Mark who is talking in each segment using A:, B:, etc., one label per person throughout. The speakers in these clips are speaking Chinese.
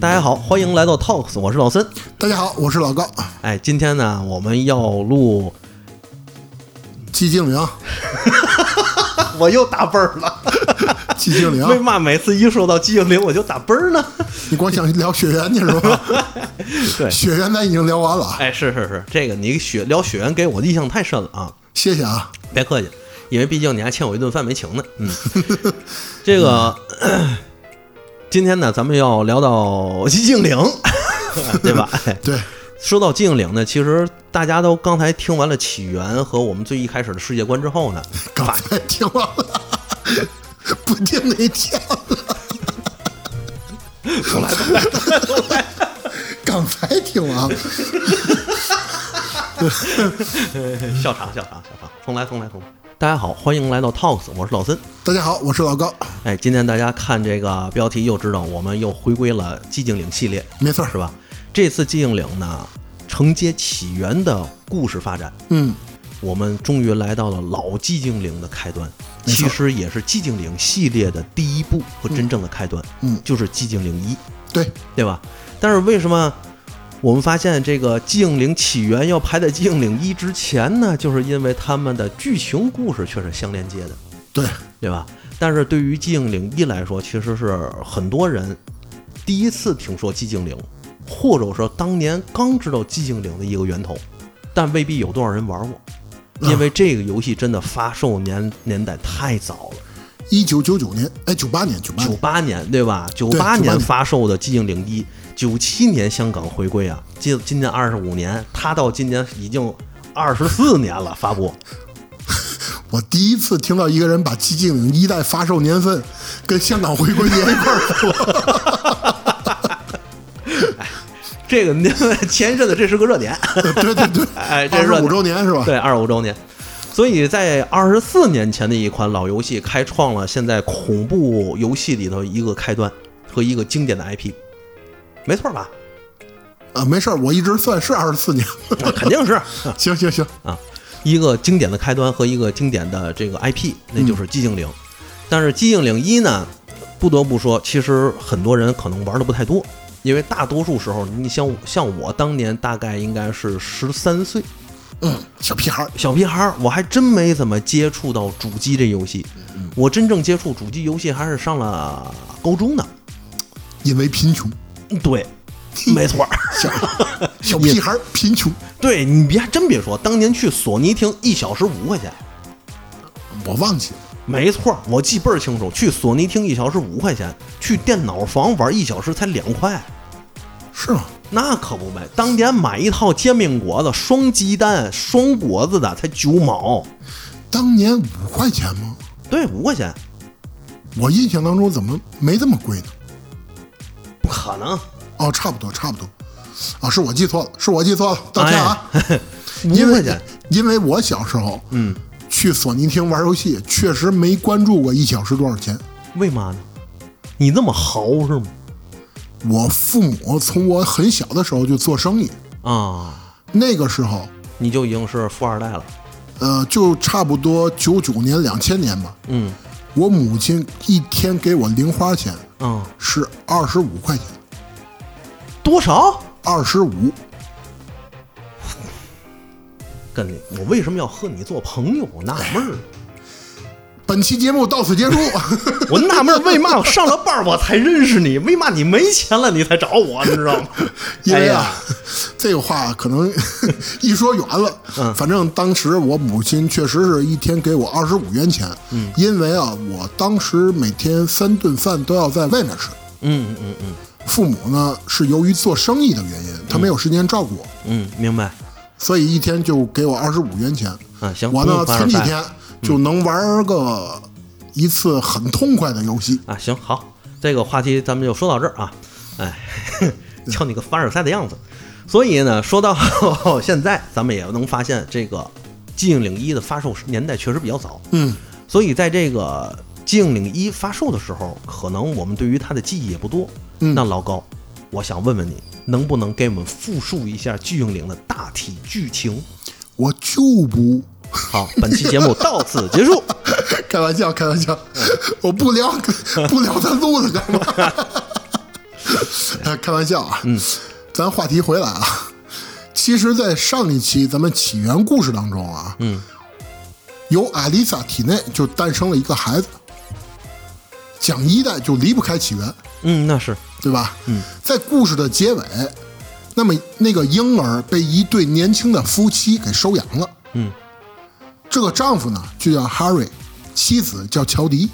A: 大家好，欢迎来到 Talks，我是老森。
B: 大家好，我是老高，
A: 哎，今天呢，我们要录，
B: 寂静岭，
A: 我又打啵儿了。
B: 寂 静
A: 为
B: 岭，
A: 嘛每次一说到寂静岭我就打啵儿呢？
B: 你光想聊血缘去是吧？
A: 对
B: 血缘咱已经聊完了，
A: 哎，是是是，这个你血聊血缘给我的印象太深了啊！
B: 谢谢啊。
A: 别客气，因为毕竟你还欠我一顿饭没请呢。 嗯，这个、 今天呢，咱们要聊到寂静 岭，对吧？哎
B: 对，
A: 说到寂静岭呢，其实大家都刚才听完了起源和我们最一开始的世界观之后呢，
B: 刚才听完了，不听没 听，
A: 重来重来
B: 刚才听完了，
A: 笑场笑场笑场，重来重来重来。大家好，欢迎来到 Talks，我是老森。
B: 大家好，我是老高，
A: 哎，今天大家看这个标题又知道我们又回归了寂静岭系列，
B: 没错儿
A: 是吧？这次寂静岭呢，承接起源的故事发展，
B: 嗯，
A: 我们终于来到了老寂静岭的开端，
B: 没错
A: 其实也是寂静岭系列的第一部和真正的开端，
B: 嗯嗯
A: 就是寂静岭一，
B: 对，
A: 对吧？但是为什么我们发现这个寂静岭起源要排在寂静岭一之前呢？就是因为他们的剧情故事却是相连接的，
B: 对，
A: 对吧？但是对于寂静岭一来说，其实是很多人第一次听说寂静岭，或者说当年刚知道寂静岭的一个源头，但未必有多少人玩过，因为这个游戏真的发售年年代太早了，
B: 一九九九年，哎，九八年，九八
A: 九
B: 年，
A: 八年对吧？九
B: 对
A: 八
B: 98
A: 年
B: 年
A: 发售的寂静岭一，九七年香港回归啊，今今年二十五年，它到今年已经二十四年了发 布。
B: 我第一次听到一个人把寂静岭一代发售年份跟香港回归年一块儿说，
A: 这个前一阵子这是个热点，
B: 对对对，
A: 哎，这
B: 二
A: 是
B: 十
A: 热点
B: 五周年是吧？
A: 对，二十五周年。所以在二十四年前的一款老游戏，开创了现在恐怖游戏里头一个开端和一个经典的 IP，没错 吧？
B: 啊，没事儿，我一直算是二十四年，
A: 那肯定是
B: 行行行，
A: 啊，一个经典的开端和一个经典的这个 IP，那就是寂静岭。但是寂静岭一呢，不得不说，其实很多人可能玩的不太多，因为大多数时候，你像像我当年大概应该是十三岁，
B: 嗯，小屁孩儿，
A: 小屁孩儿，我还真没怎么接触到主机这游戏。我真正接触主机游戏还是上了高中呢。
B: 因为贫穷。
A: 对， 没错儿。
B: 小小屁孩儿贫穷，
A: 对你别还真别说，当年去索尼厅一小时五块钱，
B: 我忘记了。
A: 没错儿，我记倍儿清楚。去索尼厅一小时五块钱，去电脑房玩一小时才两块，
B: 是吗？
A: 那可不呗。当年买一套煎饼果子，双鸡蛋、双果子的才九毛，
B: 当年五块钱吗？
A: 对，五块钱，
B: 我印象当中怎么没这么贵呢？
A: 不可能。
B: 哦，差不多，差不多。啊，是我记错了，是我记错了，道歉啊！因
A: 哎五块
B: 为
A: 钱，
B: 因为我小时候，嗯，去索尼厅玩游戏，确实没关注过一小时多少钱。
A: 为嘛呢？你那么豪是吗？
B: 我父母从我很小的时候就做生意，
A: 啊，
B: 那个时候，
A: 你就已经是富二代了。
B: 呃，就差不多九九年、两千年吧。
A: 嗯
B: 我母亲一天给我零花钱
A: 嗯，
B: 是二十五块钱，
A: 多少？
B: 二十五。
A: 跟你，我为什么要和你做朋友？我纳闷儿，
B: 本期节目到 此结束。
A: 我纳闷儿，为嘛我上了班儿我才认识你？为嘛你没钱了你才找我？你知道吗？
B: 因为
A: 哎
B: 啊，
A: 呀
B: 这个话可能 一说远了。
A: 嗯
B: 反正当时我母亲确实是一天给我二十五元钱。嗯，因为啊，我当时每天三顿饭都要在外面吃。
A: 嗯嗯嗯
B: 父母呢是由于做生意的原因，他没有时间照顾我，
A: 嗯，明白。
B: 所以一天就给我二十五元钱。
A: 嗯行
B: 我呢
A: 不用凡尔
B: 存几
A: 赛
B: 天就能玩个一次很痛快的游戏。
A: 啊，行好，这个话题咱们就说到这儿啊。哎， 瞧你个凡尔赛的样子。所以呢，说到 现在，咱们也能发现这个《寂静岭一》的发售年代确实比较早。
B: 嗯，
A: 所以在这个《寂静岭一》发售的时候，可能我们对于它的记忆也不多。嗯，那老高，我想问问你，能不能给我们复述一下《寂静岭》的大体剧情？
B: 我就不
A: 好，本期节目到此结束。 嗯
B: 开玩笑，开玩笑，我不聊不聊他录了干嘛？ 开玩笑啊，嗯，咱话题回来啊，其实，在上一期咱们起源故事当中啊，
A: 嗯，
B: 由艾丽莎体内就诞生了一个孩子，讲一代就离不开起源，
A: 嗯，那是，
B: 对吧？嗯，在故事的结尾，那么那个婴儿被一对年轻的夫妻给收养了。
A: 嗯，
B: 这个丈夫呢就叫 Harry，妻子叫乔迪，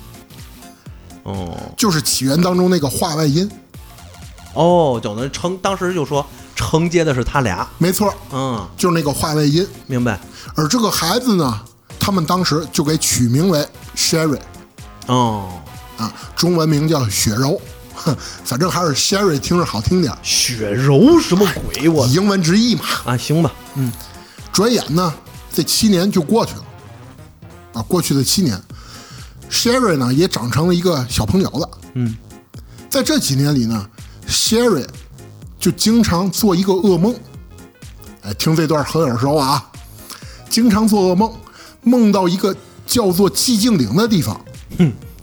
A: 哦
B: 就是起源当中那个话外音。
A: 哦，有的承当时就说承接的是他俩，
B: 没错，
A: 嗯，
B: 就是那个话外音。
A: 明白，
B: 而这个孩子呢，他们当时就给取名为 Sherry
A: 哦，
B: 啊，中文名叫雪柔， 哼，反正还是 Sherry 听着好听点儿，
A: 雪柔什么鬼我
B: 英文直译嘛。
A: 啊，行吧，
B: 转眼呢，这七年就过去了，啊，过去的七年，Sherry 呢也长成了一个小朋友了。
A: 嗯，
B: 在这几年里呢，Sherry 就经常做一个噩梦。哎，听这段很耳熟啊，经常做噩梦，梦到一个叫做寂静岭的地方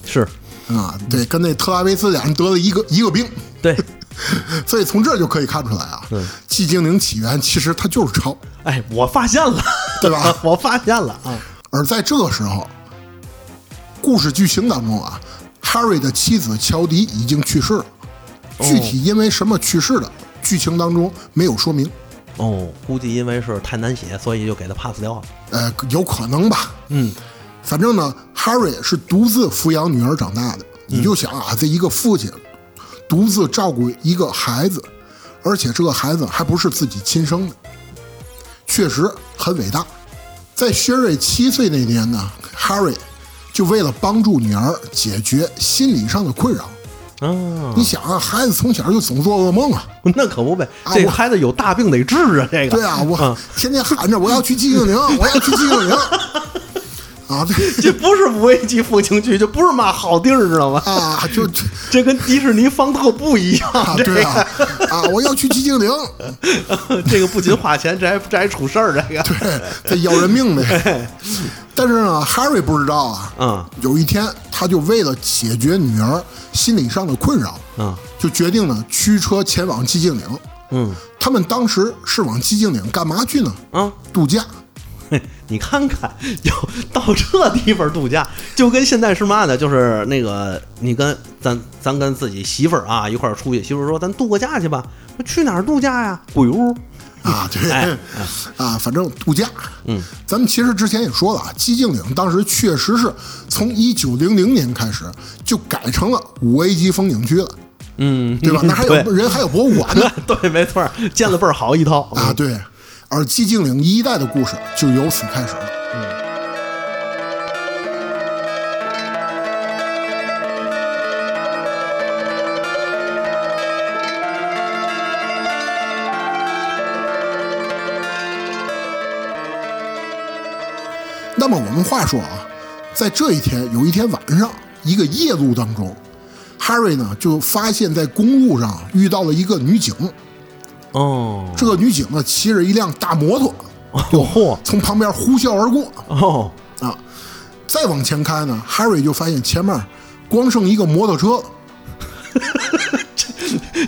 A: 是
B: 啊，对，跟那特拉维斯俩人得了一个一个病，
A: 对，
B: 所以从这儿就可以看出来啊，寂静岭起源其实它就是超。
A: 哎，我发现 了，
B: 对吧？
A: 我发现了啊，
B: 而在这个时候，故事剧情当中啊，Harry 的妻子乔迪已经去世了，具体因为什么去世的，剧情当中没有说明，
A: 哦，估计因为是太难写，所以就给他 pass 掉了，
B: 呃，有可能吧。
A: 嗯，
B: 反正呢，Harry 是独自抚养女儿长大的，你就想啊，这一个父亲独自照顾一个孩子，而且这个孩子还不是自己亲生的，确实很伟大。在薛瑞七岁那年呢，Harry 就为了帮助女儿解决心理上的困扰。
A: 啊，
B: 你想啊，孩子从小就总做噩梦啊，
A: 那可不呗，
B: 啊
A: 这
B: 我
A: 孩子有大病得治啊，这个
B: 对啊，我天天喊着我要去寂静岭，我要去寂静岭，啊，这
A: 这不是五 A 级风情剧，这不是嘛好地儿，知道吗？
B: 啊就。就
A: 这跟迪士尼方特不一样，
B: 啊，对啊，啊，我要去寂静岭，
A: 这个不仅花钱，这还这还出事儿，这个
B: 对，这要人命呗。 但是呢，Harry 不知道啊，
A: 嗯
B: 有一天他就为了解决女儿心理上的困扰，
A: 嗯
B: 就决定呢驱车前往寂静岭。
A: 嗯
B: 他们当时是往寂静岭干嘛去呢？
A: 啊，
B: 度假。
A: 嘿 你看看，有到这地方度假，就跟现在是嘛呢？就是那个你跟咱咱跟自己媳妇儿啊一块儿出去，媳妇儿说咱度个假去吧，说去哪儿度假呀？鬼屋。
B: 啊，对，
A: 哎
B: 啊，反正度假，嗯，咱们其实之前也说了啊，寂静岭当时确实是从一九零零年开始就改成了五 A 级风景区了，
A: 嗯，
B: 对 吧？那还有
A: 对
B: 人还有博物馆呢，
A: 对，没错儿，建了倍儿好一套。
B: 啊，对。而寂静岭一代的故事就由此开始了。那么我们话说啊，在这一天，有一天晚上，一个夜路当中，Harry 呢就发现，在公路上遇到了一个女警。
A: 哦
B: 这个女警呢，骑着一辆大摩托，
A: 嚯
B: 从旁边呼啸而过
A: 哦，
B: 啊！再往前开呢，Harry 就发现前面光剩一个摩托车 了。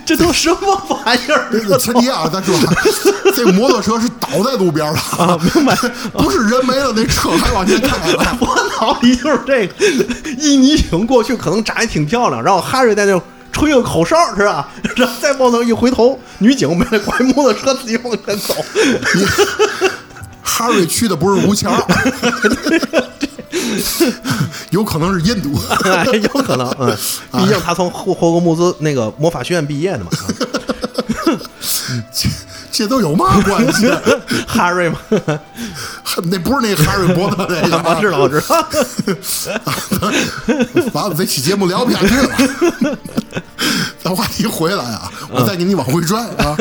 A: 这都什么玩意儿？
B: 这个前提
A: 哦
B: 啊，咱说啊 这摩托车是倒在路边了，
A: 啊，明白。
B: 不是人没了，那车还往前开 了。
A: 我脑里就是这个，一泥挺过去可能长得挺漂亮，然后哈瑞在那吹个口哨是吧？然后再往那一回头，女警没了拐摩托车自己往前走，
B: Harry 去的不是 吴桥，有可能是印度。
A: 哎有可能，嗯，毕竟他从霍霍格木兹那个魔法学院毕业 的嘛，
B: 这 这都有嘛关系？
A: 哈瑞 嘛，
B: 那不是那 Harry 摩托那个
A: 我
B: 啊，
A: 知道我知道，
B: 完了，这期节目聊不下去了。 咱话题回来啊，我再给你往回拽啊。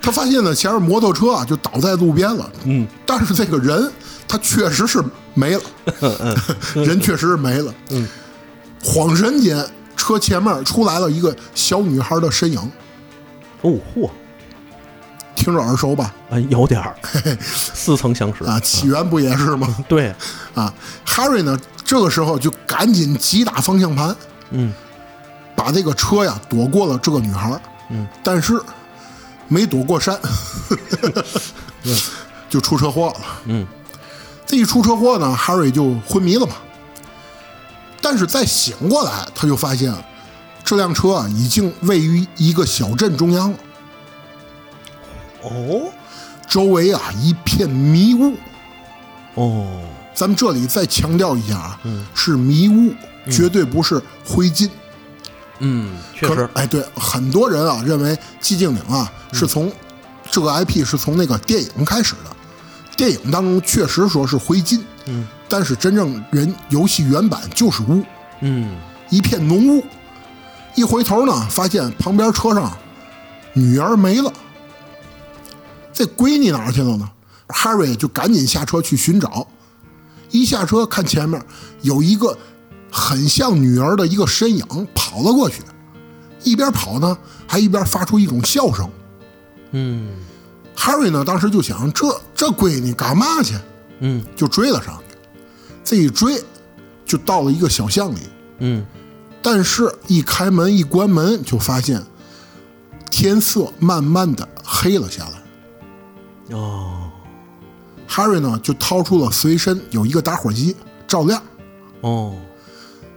B: 他发现呢，前面摩托车啊就倒在路边了，嗯，但是这个人他确实是没了， 人确实是没了，嗯。恍神间，车前面出来了一个小女孩的身影，
A: 哦嚯，
B: 听着耳熟吧？
A: 啊有点儿似曾相识，
B: 啊，起源不也是吗？
A: 对，
B: 啊，Harry 呢，这个时候就赶紧急打方向盘，
A: 嗯，
B: 把把这个车呀躲过了这个女孩，嗯，但是没躲 过山，就出车祸了。
A: 嗯，
B: 这一出车祸呢，哈瑞就昏迷了嘛。但是再醒过来，他就发现这辆车啊已经位于一个小镇中央了，
A: 哦
B: 周围啊一片迷雾。
A: 哦，
B: 咱们这里再强调一下啊，是迷雾，绝对不是灰烬。
A: 嗯，确
B: 可
A: 实，
B: 哎，对，很多人啊认为《寂静岭啊》
A: 嗯
B: 是从这个 IP 是从那个电影开始的，电影当中确实说是灰烬，嗯，但是真正人游戏原版就是雾，
A: 嗯，
B: 一片浓雾。一回头呢，发现旁边车上女儿没了，这闺女哪儿去了呢？哈瑞就赶紧下车去寻找，一下车看前面有一个很像女儿的一个身影跑了过去，一边跑呢，还一边发出一种笑声。
A: 嗯
B: 哈瑞呢，当时就想这这闺女干嘛去？
A: 嗯，
B: 就追了上去。这一追，就到了一个小巷里，
A: 嗯，
B: 但是，一开门一关门，就发现天色慢慢的黑了下来。
A: 哦
B: 哈瑞呢，就掏出了随身有一个打火机，照亮，
A: 哦，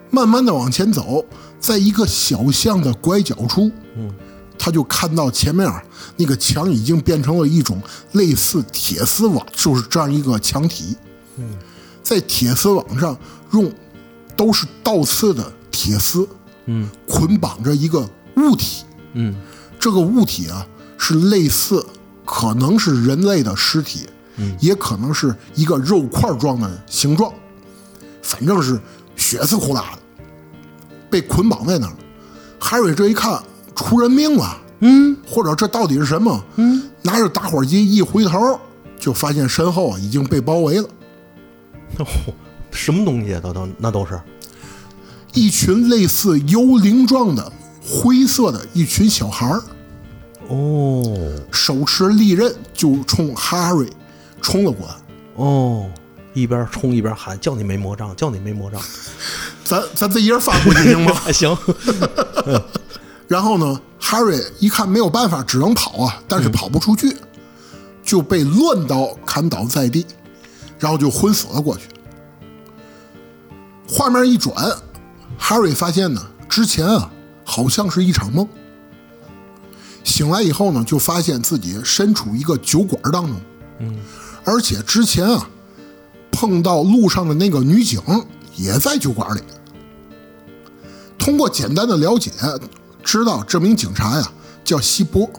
B: 慢慢的往前走，在一个小巷的拐角处，嗯，他就看到前面啊，那个墙已经变成了一种类似铁丝网，就是这样一个墙体，嗯，在铁丝网上用都是倒刺的铁丝，
A: 嗯
B: 捆绑着一个物体，
A: 嗯
B: 这个物体啊是类似，可能是人类的尸体，也可能是一个肉块状的形状，反正是血丝呼啦的，被捆绑在那儿。海瑞这一看出人命了，嗯，或者这到底是什么？嗯，拿着打火机一回头，就发现身后啊已经被包围了，
A: 哦，什么东西啊？都都那都是，
B: 一群类似幽灵状的灰色的一群小孩儿。
A: 哦
B: 手持利刃就冲哈瑞冲了过来。
A: 哦，一边冲一边喊，叫你没魔杖，叫你没魔杖，
B: 咱咱这一人发过去行吗？
A: 行，
B: 然后呢，哈瑞一看没有办法，只能跑啊，但是跑不出去，就被乱刀砍倒在地，然后就昏死了过去。画面一转，哈瑞发现呢，之前啊好像是一场梦。醒来以后呢，就发现自己身处一个酒馆当中，而且之前啊碰到路上的那个女警也在酒馆里。通过简单的了解，知道这名警察呀叫希波，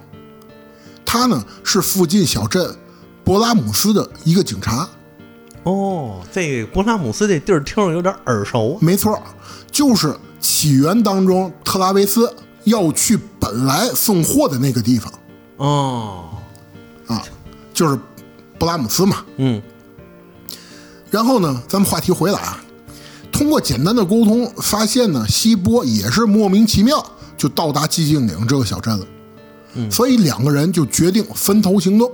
B: 他呢是附近小镇勃拉姆斯的一个警察。
A: 哦，这勃拉姆斯这地儿听着有点耳熟啊，
B: 没错，就是起源当中特拉维斯要去本来送货的那个地方
A: 哦，
B: 啊，就是勃拉姆斯嘛。
A: 嗯
B: 然后呢，咱们话题回来啊，通过简单的沟通，发现呢，希波也是莫名其妙就到达寂静岭这个小镇了，嗯，所以两个人就决定分头行动，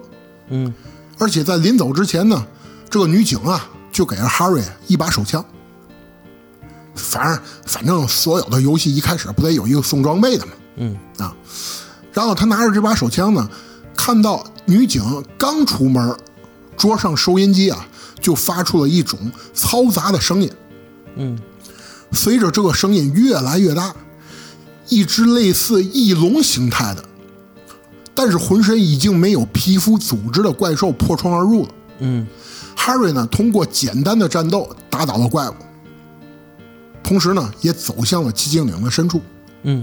A: 嗯，
B: 而且在临走之前呢，这个女警啊就给了哈瑞一把手枪。反正反正所有的游戏一开始不得有一个送装备的嘛，
A: 嗯
B: 啊，然后他拿着这把手枪呢，看到女警刚出门，桌上收音机啊就发出了一种嘈杂的声音。
A: 嗯，
B: 随着这个声音越来越大，一只类似翼龙形态的，但是浑身已经没有皮肤组织的怪兽破窗而入了。
A: 嗯
B: 哈瑞呢，通过简单的战斗打倒了怪物，同时呢，也走向了寂静岭的深处。
A: 嗯，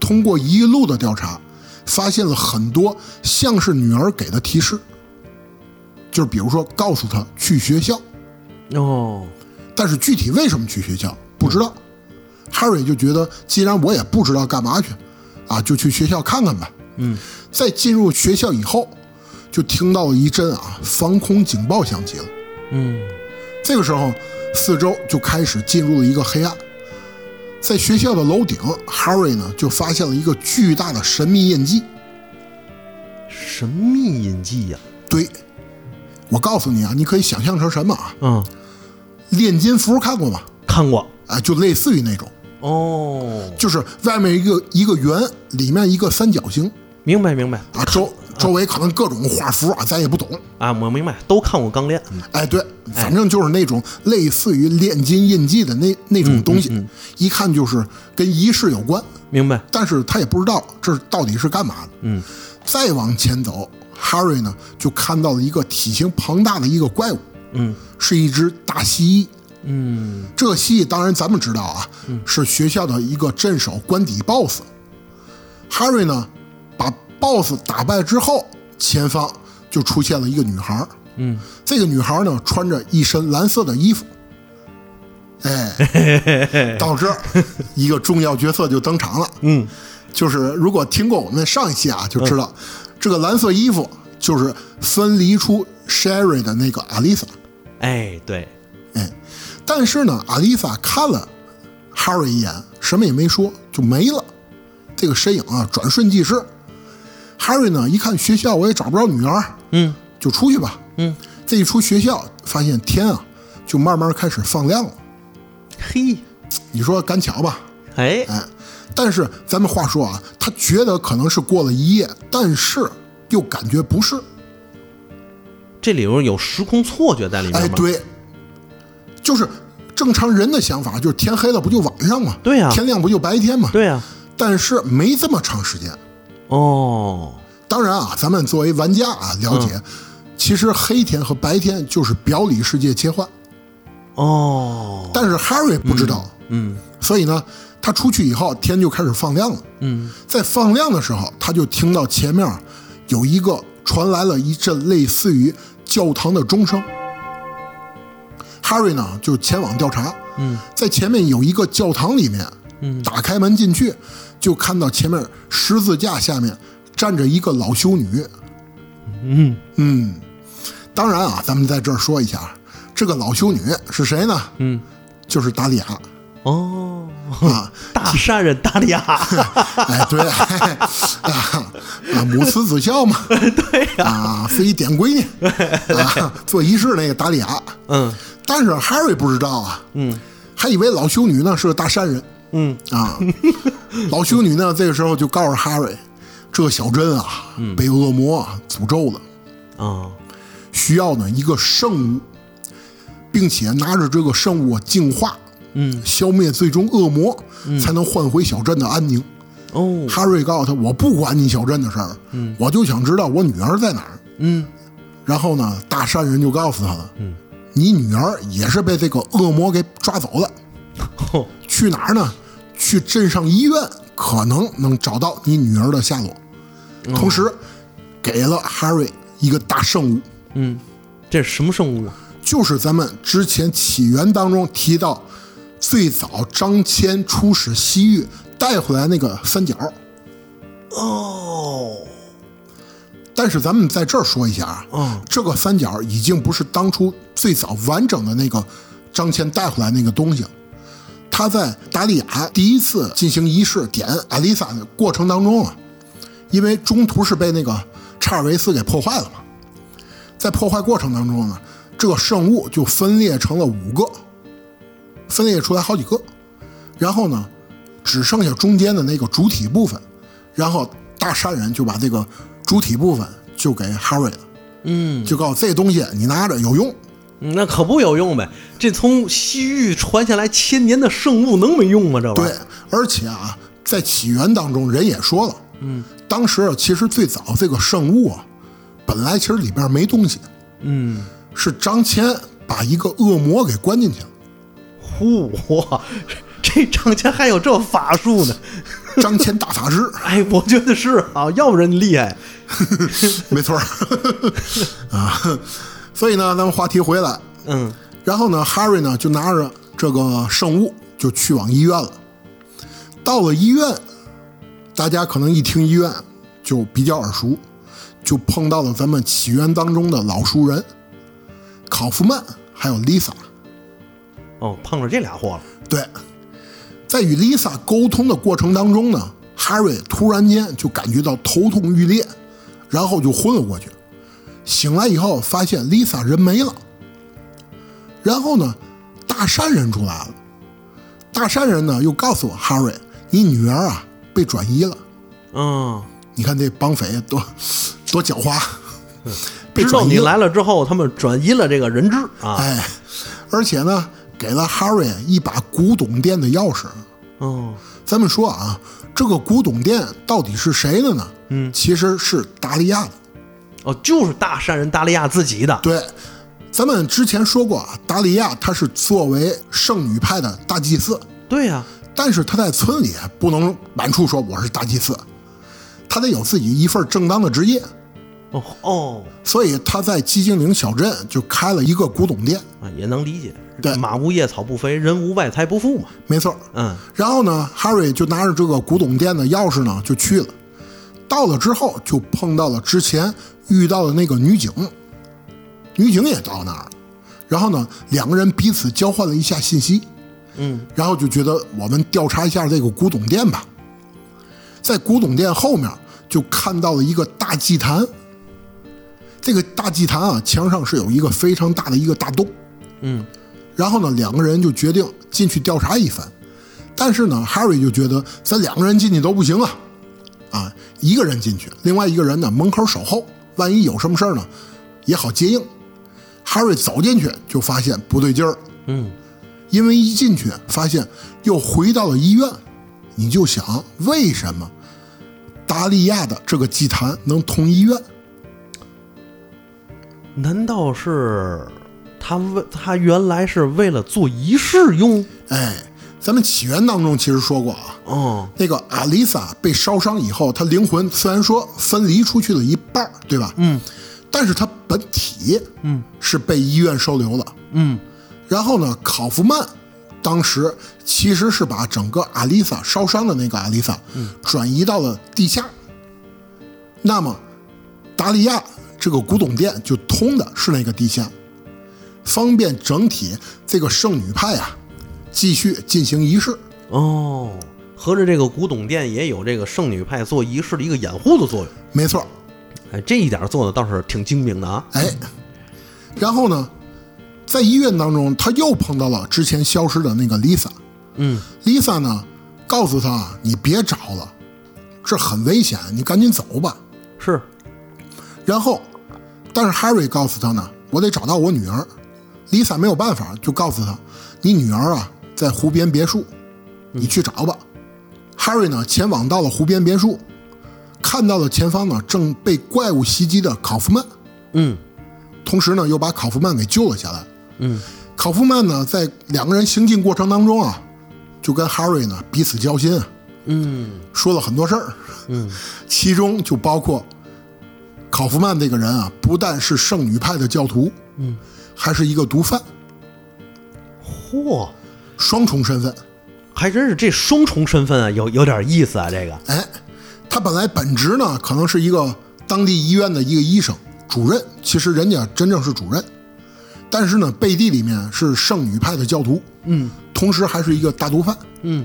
B: 通过一路的调查，发现了很多像是女儿给的提示，就是比如说告诉她去学校，
A: 哦
B: 但是具体为什么去学校不知道。哈瑞就觉得，既然我也不知道干嘛去，啊，就去学校看看吧。
A: 嗯，
B: 在进入学校以后，就听到了一阵啊防空警报响起了。
A: 嗯
B: 这个时候，四周就开始进入了一个黑暗。在学校的楼顶，哈瑞呢就发现了一个巨大的神秘印记。
A: 神秘印记呀、
B: 对，我告诉你啊，你可以想象成什么啊？
A: 嗯，
B: 炼金符看过吗？
A: 看过，
B: 啊，就类似于那种。
A: 哦，
B: 就是外面一个一个圆，里面一个三角形
A: 明白明白
B: 啊，周周围可能各种画符啊，咱也不懂。
A: 啊，我明白，都看过《钢炼》
B: 哎，对，反正就是那种类似于炼金印记的那那种东西，一看就是跟仪式有关，
A: 明白，
B: 但是他也不知道这到底是干嘛的。
A: 嗯，
B: 再往前走，Harry 呢就看到了一个体型庞大的一个怪物，
A: 嗯，
B: 是一只大蜥蜴。
A: 嗯，
B: 这个蜥蜴当然咱们知道啊，是学校的一个镇守官邸 BOSS。Harry 呢，把 BOSS 打败之后，前方就出现了一个女孩。
A: 嗯，
B: 这个女孩呢，穿着一身蓝色的衣服。哎， 到这儿一个重要角色就登场了。
A: 嗯，
B: 就是如果听过我们上一期啊，就知道、
A: 嗯
B: 这个蓝色衣服就是分离出 Sherry 的那个 Alisa。
A: 哎，对，
B: 哎，但是呢，阿丽萨看了哈瑞一眼，什么也没说，就没了。这个身影啊，转瞬即逝。哈瑞呢，一看学校我也找不着女儿，
A: 嗯，
B: 就出去吧。
A: 嗯，
B: 这一出学校，发现天啊，就慢慢开始放亮了。
A: 嘿，
B: 你说赶巧吧？
A: 哎，
B: 哎，但是咱们话说啊，他觉得可能是过了一夜，但是又感觉不是。
A: 这里边有时空错觉在里面
B: 哎，
A: 吗？
B: 对，就是正常人的想法，就是天黑了不就晚上嘛？
A: 对啊
B: 天亮不就白天嘛？
A: 对啊呀、
B: 但是没这么长时间。
A: 哦，
B: 当然啊，咱们作为玩家啊，了
A: 嗯
B: 解，其实黑天和白天就是表里世界切换，
A: 哦，
B: 但是 Harry 不知道，
A: 嗯
B: 所以呢，他出去以后天就开始放亮了。
A: 嗯，
B: 在放亮的时候，他就听到前面有一个传来了一阵类似于教堂的钟声。Harry 呢就前往调查，
A: 嗯，
B: 在前面有一个教堂里面，嗯，打开门进去，就看到前面十字架下面站着一个老修女，
A: 嗯
B: 嗯，当然啊，咱们在这儿说一下，这个老修女是谁呢？
A: 嗯，
B: 就是达利亚
A: 哦，
B: 啊，
A: 大善人达利亚，
B: 哎，对， 哎啊，啊母慈子孝嘛， 对呀、啊，是一典闺女，啊，做仪式那个达利亚，
A: 嗯
B: 但是 Harry 不知道啊，嗯，还以为老修女呢是个大善人
A: 嗯，
B: 啊，老修女呢这个时候就告诉 Harry，这个小珍啊，被恶魔啊诅咒了，
A: 哦，
B: 需要呢一个圣物，并且拿着这个圣物啊净化，
A: 嗯，
B: 消灭最终恶魔，才能换回小镇的安宁。
A: 哦，
B: 哈瑞告诉他：“我不管你小镇的事儿，我就想知道我女儿在哪儿。
A: 嗯，”
B: 然后呢，大善人就告诉他了：“你女儿也是被这个恶魔给抓走了，
A: 哦，
B: 去哪儿呢？去镇上医院，可能能找到你女儿的下落。”同时，给了哈瑞一个大圣物，
A: 这是什么生物啊？
B: 就是咱们之前起源当中提到，最早张骞出使西域带回来那个三角。
A: 哦，
B: 但是咱们在这儿说一下啊，
A: 嗯
B: 这个三角已经不是当初最早完整的那个张骞带回来那个东西了。他在达利亚第一次进行仪式点艾丽莎的过程当中啊，因为中途是被那个查尔维斯给破坏了嘛，在破坏过程当中呢，啊这个圣物就分裂成了五个，分裂出来好几个，然后呢，只剩下中间的那个主体部分，然后大善人就把这个主体部分就给哈瑞了，
A: 嗯，
B: 就告诉这东西你拿着有用，
A: 那可不有用呗！这从西域传下来千年的圣物能没用吗？这玩意
B: 对
A: 儿，，
B: 而且啊，在起源当中人也说了，嗯，当时啊其实最早这个圣物啊，本来其实里边没东西，
A: 嗯，
B: 是张骞把一个恶魔给关进去了。
A: 呼哇， 这张骞还有这法术呢！
B: 张骞大法师，
A: 哎，我觉得是啊，要不然厉害。
B: 没错儿啊。所以呢，咱们话题回来，
A: 嗯
B: 然后呢，哈瑞呢就拿着这个圣物就去往医院了。到了医院，大家可能一听医院就比较耳熟，就碰到了咱们起源当中的老熟人考夫曼，还有 Lisa。
A: 哦，碰着这俩货了。
B: 对，在与 Lisa 沟通的过程当中呢，哈瑞突然间就感觉到头痛欲裂，然后就昏了过去。醒来以后，发现 Lisa 人没了。然后呢，大善人出来了。大大山人呢又告诉我哈瑞，你女儿啊被转移了。
A: 嗯，
B: 你看这绑匪多多狡猾， 被
A: 嗯知道
B: 转移
A: 你
B: 了。
A: 来了之后，他们转移了这个人质啊。
B: 哎，而且呢，给了哈瑞一把古董店的钥匙。
A: 嗯
B: 咱们说啊，这个古董店到底是谁的呢？
A: 嗯，
B: 其实是达利亚的。
A: 哦，就是大善人达利亚自己的。
B: 对，咱们之前说过啊，达利亚他是作为圣女派的大祭司，
A: 对呀、
B: 但是他在村里不能满处说我是大祭司，他得有自己一份正当的职业，
A: 哦哦
B: 所以他在寂静岭小镇就开了一个古董店。
A: 啊，也能理解。
B: 对
A: 马无夜草不肥，人无外财不富嘛。
B: 没错儿，
A: 嗯
B: 然后呢，哈瑞就拿着这个古董店的钥匙呢，就去了。到了之后，就碰到了之前遇到的那个女警，女警也到那儿了。然后呢，两个人彼此交换了一下信息，
A: 嗯，
B: 然后就觉得我们调查一下这个古董店吧。在古董店后面就看到了一个大祭坛，这个大祭坛啊，墙上是有一个非常大的一个大洞。
A: 嗯，
B: 然后呢，两个人就决定进去调查一番。但是呢，Harry 就觉得咱两个人进去都不行啊，啊，一个人进去，另外一个人呢门口守候，万一有什么事儿呢，也好接应。Harry 走进去就发现不对劲儿，
A: 嗯，
B: 因为一进去发现又回到了医院，你就想为什么达利亚的这个祭坛能通医院？
A: 难道是他为他原来是为了做仪式用？
B: 哎，咱们起源当中其实说过啊，
A: 哦，
B: 那个阿丽萨被烧伤以后，她灵魂虽然说分离出去了一半儿，对吧？嗯，但是她本体，嗯，是被医院收留了。
A: 嗯，
B: 然后呢，考夫曼当时其实是把整个阿丽萨烧伤的那个阿丽萨，转移到了地下。那么，达利亚这个古董店就通的是那个地下，方便整体这个圣女派啊继续进行仪式。
A: 哦，合着这个古董店也有这个圣女派做仪式的一个掩护的作用。
B: 没错儿，
A: 哎，这一点做的倒是挺精明的啊。
B: 哎，然后呢，在医院当中，他又碰到了之前消失的那个 Lisa。
A: 嗯
B: Lisa 呢，告诉他你别找了，这很危险，你赶紧走吧。
A: 是，
B: 然后，但是 Harry 告诉他呢，我得找到我女儿。Lisa 没有办法，就告诉他，你女儿啊在湖边别墅，
A: 嗯
B: 你去找吧。Harry 呢前往到了湖边别墅，看到了前方呢正被怪物袭击的考夫曼。
A: 嗯
B: 同时呢又把考夫曼给救了下来。
A: 嗯，
B: 考夫曼呢在两个人行进过程当中啊，就跟 Harry 呢彼此交心，
A: 嗯
B: 说了很多事儿，
A: 嗯，
B: 其中就包括考夫曼这个人啊，不但是圣女派的教徒，
A: 嗯，
B: 还是一个毒贩，
A: 嚯、
B: 双重身份。
A: 还真是这双重身份啊，有有点意思啊，这个。
B: 哎，他本来本职呢可能是一个当地医院的一个医生主任，其实人家真正是主任，但是呢背地里面是圣女派的教徒，
A: 嗯
B: 同时还是一个大毒贩。
A: 嗯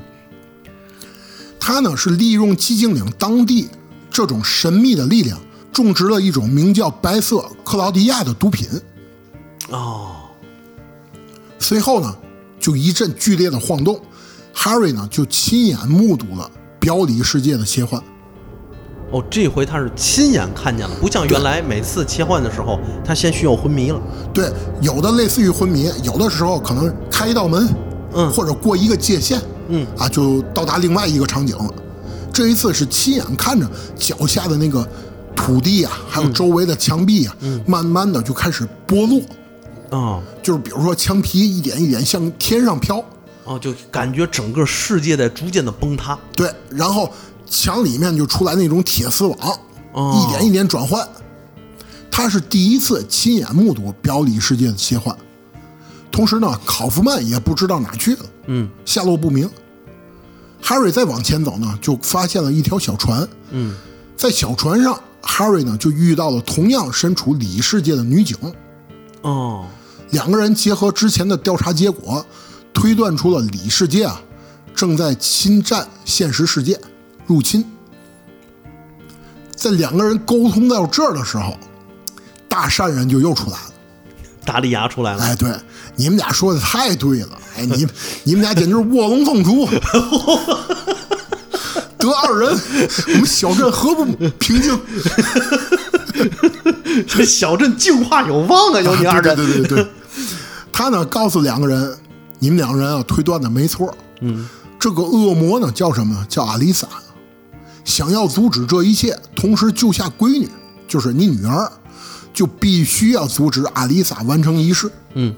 B: 他呢是利用寂静岭当地这种神秘的力量，种植了一种名叫白色克劳迪亚的毒品。
A: 哦，
B: 随后呢，就一阵剧烈的晃动，Harry 呢就亲眼目睹了表里世界的切换。
A: 哦，这回他是亲眼看见了，不像原来每次切换的时候，他先需要昏迷了。
B: 对，有的类似于昏迷，有的时候可能开一道门，
A: 嗯
B: 或者过一个界限，
A: 嗯，
B: 啊，就到达另外一个场景了。这一次是亲眼看着脚下的那个土地啊，还有周围的墙壁啊，
A: 嗯
B: 慢慢的就开始剥落，
A: 哦
B: 就是比如说墙皮一点一点向天上飘，
A: 哦，就感觉整个世界在逐渐的崩塌。
B: 对，然后墙里面就出来那种铁丝网，
A: 哦
B: 一点一点转换。他是第一次亲眼目睹表里世界的切换，同时呢，考夫曼也不知道哪去了，
A: 嗯，
B: 下落不明。哈瑞再往前走呢，就发现了一条小船，
A: 嗯，
B: 在小船上，哈瑞呢就遇到了同样身处里世界的女警，
A: 哦，
B: 两个人结合之前的调查结果，推断出了里世界啊正在侵占现实世界，入侵。在两个人沟通到这儿的时候，大善人就又出来了。
A: 大力牙出来了，
B: 哎，对，你们俩说的太对了，哎，你你们俩 简直是卧龙凤雏， 得二人，我们小镇何不平静？
A: 这小镇净化有望啊，有你二人。
B: 对对对对对，他呢告诉两个人，你们两个人啊推断的没错，嗯，这个恶魔呢叫什么呢？叫阿丽萨，想要阻止这一切，同时救下闺女，就是你女儿，就必须要阻止阿丽萨完成仪式，嗯，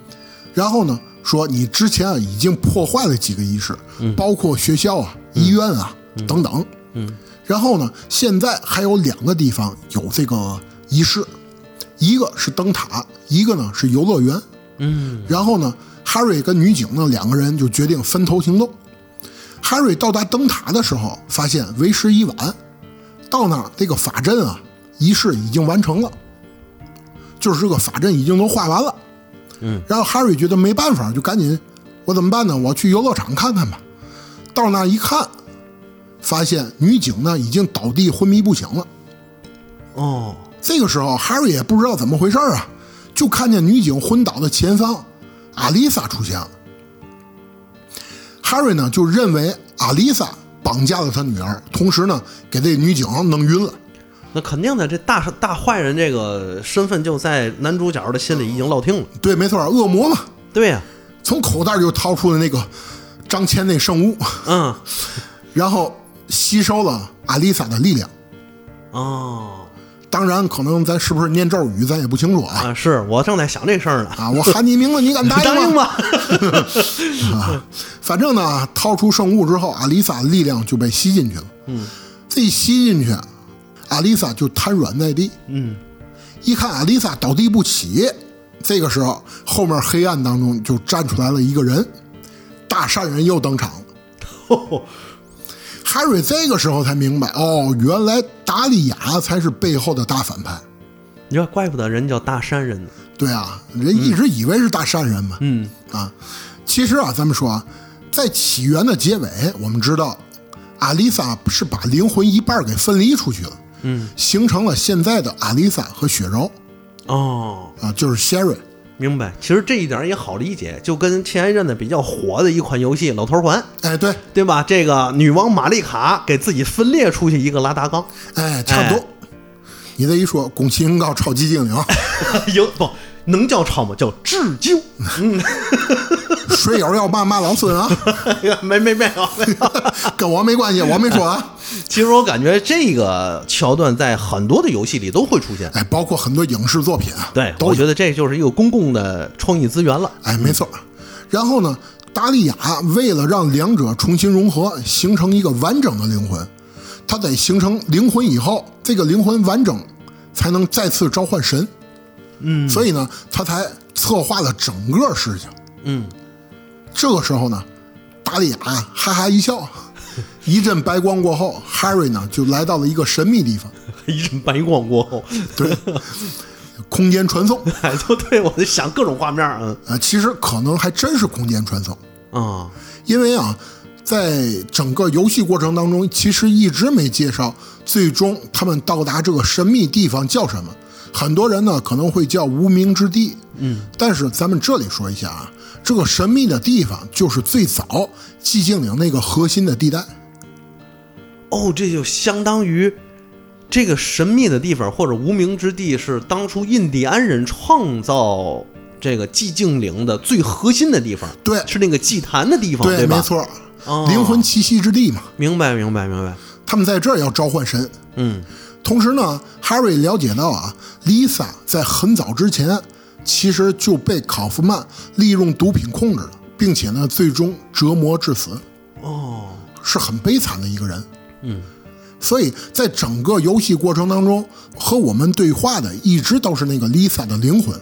B: 然后呢说你之前啊已经破坏了几个仪式，包括学校啊、医院啊、等等，嗯，然后呢现在还有两个地方有这个仪式，一个是灯塔，一个呢是游乐园。嗯，然后呢，哈瑞跟女警呢两个人就决定分头行动。哈瑞到达灯塔的时候，发现为时已晚，到那儿这个法阵啊仪式已经完成了，就是这个法阵已经都画完了。嗯，然后哈瑞觉得没办法，就赶紧，我怎么办呢？我去游乐场看看吧。到那儿一看，发现女警呢已经倒地昏迷不醒了。
A: 哦，
B: 这个时候，哈瑞也不知道怎么回事儿啊，就看见女警昏倒的前方，阿丽萨出现了。哈瑞呢就认为阿丽萨绑架了他女儿，同时呢给这女警弄晕了。
A: 那肯定的，这大大坏人这个身份就在男主角的心里已经落听了。
B: 对，没错，恶魔嘛，
A: 对呀、
B: 从口袋就掏出了那个张骞那圣物，
A: 嗯，
B: 然后吸收了阿丽萨的力量。
A: 哦，
B: 当然，可能咱是不是念咒语，咱也不清楚啊。
A: 啊，是我正在想这事儿呢。
B: 啊，我喊你名字， 你敢答
A: 答
B: 应
A: 应
B: 吗？
A: 吧，
B: 反正呢，掏出圣物之后，阿丽萨的力量就被吸进去了。嗯，这一吸进去，阿丽萨就瘫软在地。嗯，一看阿丽萨倒地不起，这个时候后面黑暗当中就站出来了一个人，大善人又登场了。哈瑞这个时候才明白，哦，原来达利亚才是背后的大反派。
A: 你说怪不得人叫大山人呢。
B: 对啊，人一直以为是大善人嘛。嗯啊，其实啊，咱们说啊，在起源的结尾，我们知道阿丽萨是把灵魂一半给分离出去了，嗯，形成了现在的阿丽萨和雪柔
A: 哦，
B: 啊，就是 Sherry。
A: 明白。其实这一点也好理解，就跟前一阵子比较火的一款游戏《老头环》，
B: 哎，对，
A: 对吧？这个女王玛丽卡给自己分裂出去一个拉达冈，
B: 哎，差不多。你这一说，宫崎英高超级精灵，
A: 有不能叫抄吗？叫致敬。
B: 水友要骂骂老孙啊，
A: 没没没 有没有。
B: 跟我没关系，我没说啊。
A: 其实我感觉这个桥段在很多的游戏里都会出现。
B: 哎，包括很多影视作品啊，
A: 对，
B: 都
A: 我
B: 有
A: 觉得这就是一个公共的创意资源 了。
B: 哎，没错儿。然后呢，达利亚为了让两者重新融合，形成一个完整的灵魂，他得形成灵魂以后，这个灵魂完整，才能再次召唤神。嗯，所以呢，他才策划了整个事情。
A: 嗯，
B: 这个时候呢，达利亚啊哈哈一笑， 一阵白光过后，哈瑞呢就来到了一个神秘地方，
A: 一阵白光过 后，
B: 空间传送。
A: 哎，就对我在想各种画面，嗯
B: 啊，其实可能还真是空间传送。
A: 啊，
B: 因为啊，在整个游戏过程当中，其实一直没介绍最终他们到达这个神秘地方叫什么。很多人呢可能会叫无名之地，嗯，但是咱们这里说一下啊，这个神秘的地方就是最早寂静岭那个核心的地带。
A: 哦，这就相当于这个神秘的地方或者无名之地，是当初印第安人创造这个寂静岭的最核心的地方，
B: 对
A: 是那个祭坛的地方，
B: 对，
A: 吧？
B: 没，错，
A: 哦
B: 灵魂栖息之地嘛，
A: 明白，明白，明白。
B: 他们在这儿要召唤神。
A: 嗯，
B: 同时呢，哈瑞了解到啊，Lisa 在很早之前啊其实就被考夫曼利用毒品控制了，并且呢，最终折磨致死，
A: 哦，
B: 是很悲惨的一个人。嗯，所以在整个游戏过程当中，和我们对话的一直都是那个 Lisa 的灵魂，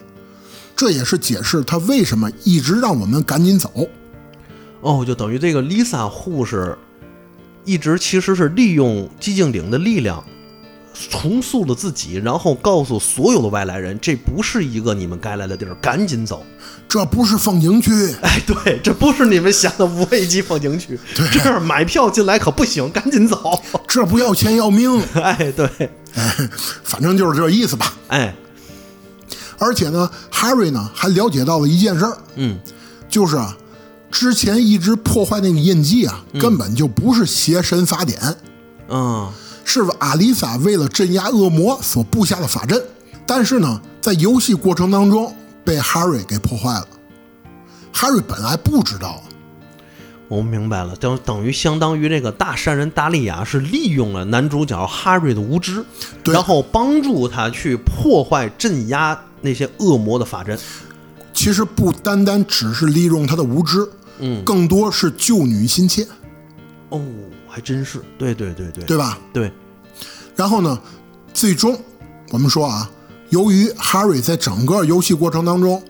B: 这也是解释她为什么一直让我们赶紧走。
A: 哦，就等于这个 Lisa 护士一直其实是利用寂静岭的力量重塑了自己，然后告诉所有的外来人，这不是一个你们该来的地儿，赶紧走。
B: 这不是风景区，
A: 哎，对，这不是你们想的五 A 级风景区，
B: 对
A: 这儿买票进来可不行，赶紧走。
B: 这不要钱要命，
A: 哎，对，
B: 反正就是这意思吧。
A: 哎，
B: 而且呢，Harry 呢还了解到了一件事儿，
A: 嗯，
B: 就是啊，之前一直破坏那个印记啊，根本就不是邪神法典，
A: 嗯
B: 是阿丽萨为了镇压恶魔所布下的法阵。但是呢，在游戏过程当中被 Harry 给破坏了。Harry 本来不知道，
A: 我明白了，等等于相当于这个大善人达利亚是利用了男主角哈瑞的无知，
B: 对
A: 然后帮助他去破坏、镇压那些恶魔的法阵。
B: 其实不单单只是利用他的无知，嗯，更多是救女心切，
A: 哦，还真是，对对对对
B: 对吧？
A: 对
B: 然后呢，最终我们说啊，由于 Harry 在整个游戏过程当中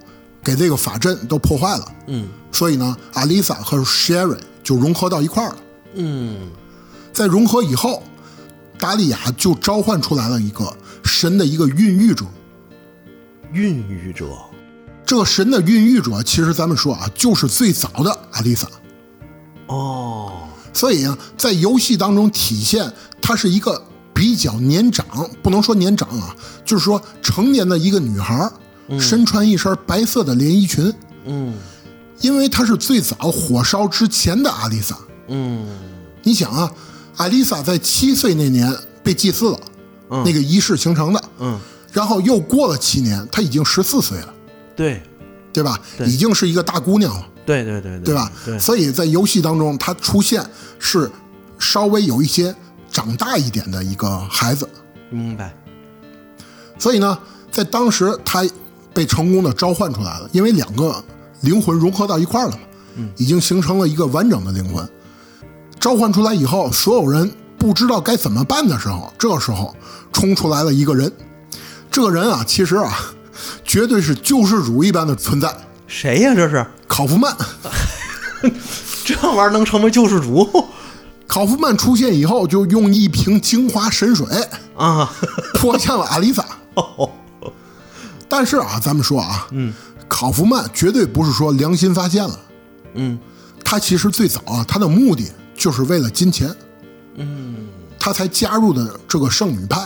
B: 给这个法阵都破坏了，嗯，所以呢，阿丽萨和 Sherry 就融合到一块儿了，嗯，在融合以后，达利亚就召唤出来了一个神的一个孕育者。
A: 孕育者，
B: 这个神的孕育者，其实咱们说啊，就是最早的阿丽萨。
A: 哦，
B: 所以啊，在游戏当中体现她是一个比较年长，不能说年长啊，就是说成年的一个女孩儿，身穿一身白色的连衣裙，
A: 嗯
B: 因为她是最早火烧之前的阿丽萨。
A: 嗯
B: 你想啊，阿丽萨在七岁那年被祭祀了，那个仪式形成的，
A: 嗯，
B: 然后又过了七年，她已经十四岁了，
A: 对
B: 对吧？已经是一个大姑娘了。
A: 对对对对，
B: 对吧？
A: 对，
B: 所以在游戏当中，它出现是稍微有一些长大一点的一个孩子，
A: 明白。
B: 所以呢，在当时他被成功的召唤出来了，因为两个灵魂融合到一块儿了嘛，已经形成了一个完整的灵魂。召唤出来以后，所有人不知道该怎么办的时候，这个时候冲出来了一个人，这个人啊，其实啊，绝对是救世主一般的存在，
A: 谁呀、这是
B: 考夫曼。
A: 这玩意儿能成为救世主
B: 考夫曼出现以后，就用一瓶精华神水
A: 啊？
B: 泼向了阿丽萨。
A: 哦
B: 但是啊，咱们说啊，嗯，考夫曼绝对不是说良心发现了，
A: 嗯，
B: 他其实最早啊，他的目的就是为了金钱，嗯，他才加入的这个圣女派。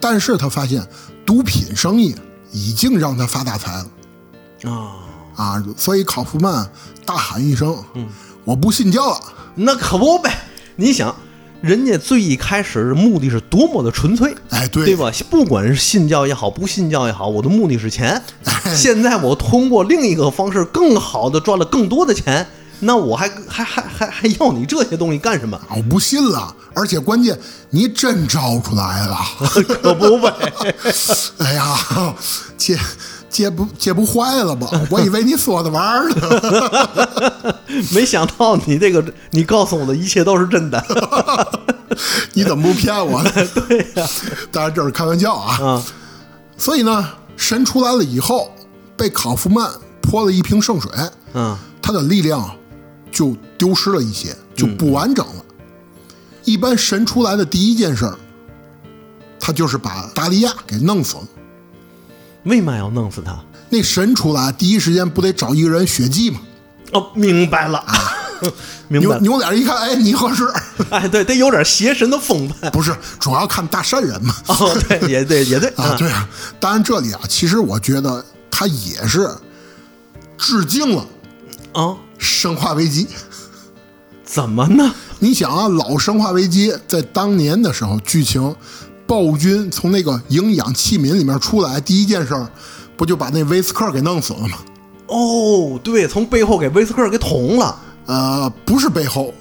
B: 但是他发现毒品生意已经让他发大财了
A: 啊，
B: 啊，所以考夫曼大喊一声：“嗯，我不信教了。”
A: 那可不呗。你想，人家最一开始目的是多么的纯粹，
B: 哎，对，
A: 对吧？不管是信教也好，不信教也好，我的目的是钱。现在我通过另一个方式，更好的赚了更多的钱，那我还还还还还要你这些东西干什么？
B: 我不信了，而且关键你真招出来了，
A: 可不呗。
B: 哎呀，接接不接不坏了吧？我以为你说着玩儿呢。
A: 没想到你这个，你告诉我的一切都是真 的。
B: 你怎么不骗我呢？ 对呀、当然这是开玩笑啊。
A: 嗯
B: 所以呢，神出来了以后，被考夫曼泼了一瓶圣水，
A: 嗯，
B: 他的力量就丢失了一些，就不完整了。一般神出来的第一件事儿，他就是把达利亚给弄死了。
A: 为嘛要弄死他？
B: 那神出来第一时间不得找一个人血祭吗？
A: 哦，明白了，明白
B: 扭
A: 了。
B: 扭脸一看，哎，你合适。
A: 哎，对，得有点邪神的 风范。
B: 不是，主要看大善人嘛。
A: 哦，对，也对，也对
B: 啊，对啊。当然，这里啊，其实我觉得他也是致敬了
A: 啊，
B: 《生化危机》。
A: 怎么呢？
B: 你想啊，老《生化危机》在当年的时候，剧情暴君从那个营养器皿里面出来，第一件事儿不就把那威斯克给弄死了吗？
A: 哦，对，从背后给威斯克给捅了。
B: 呃，不是背后，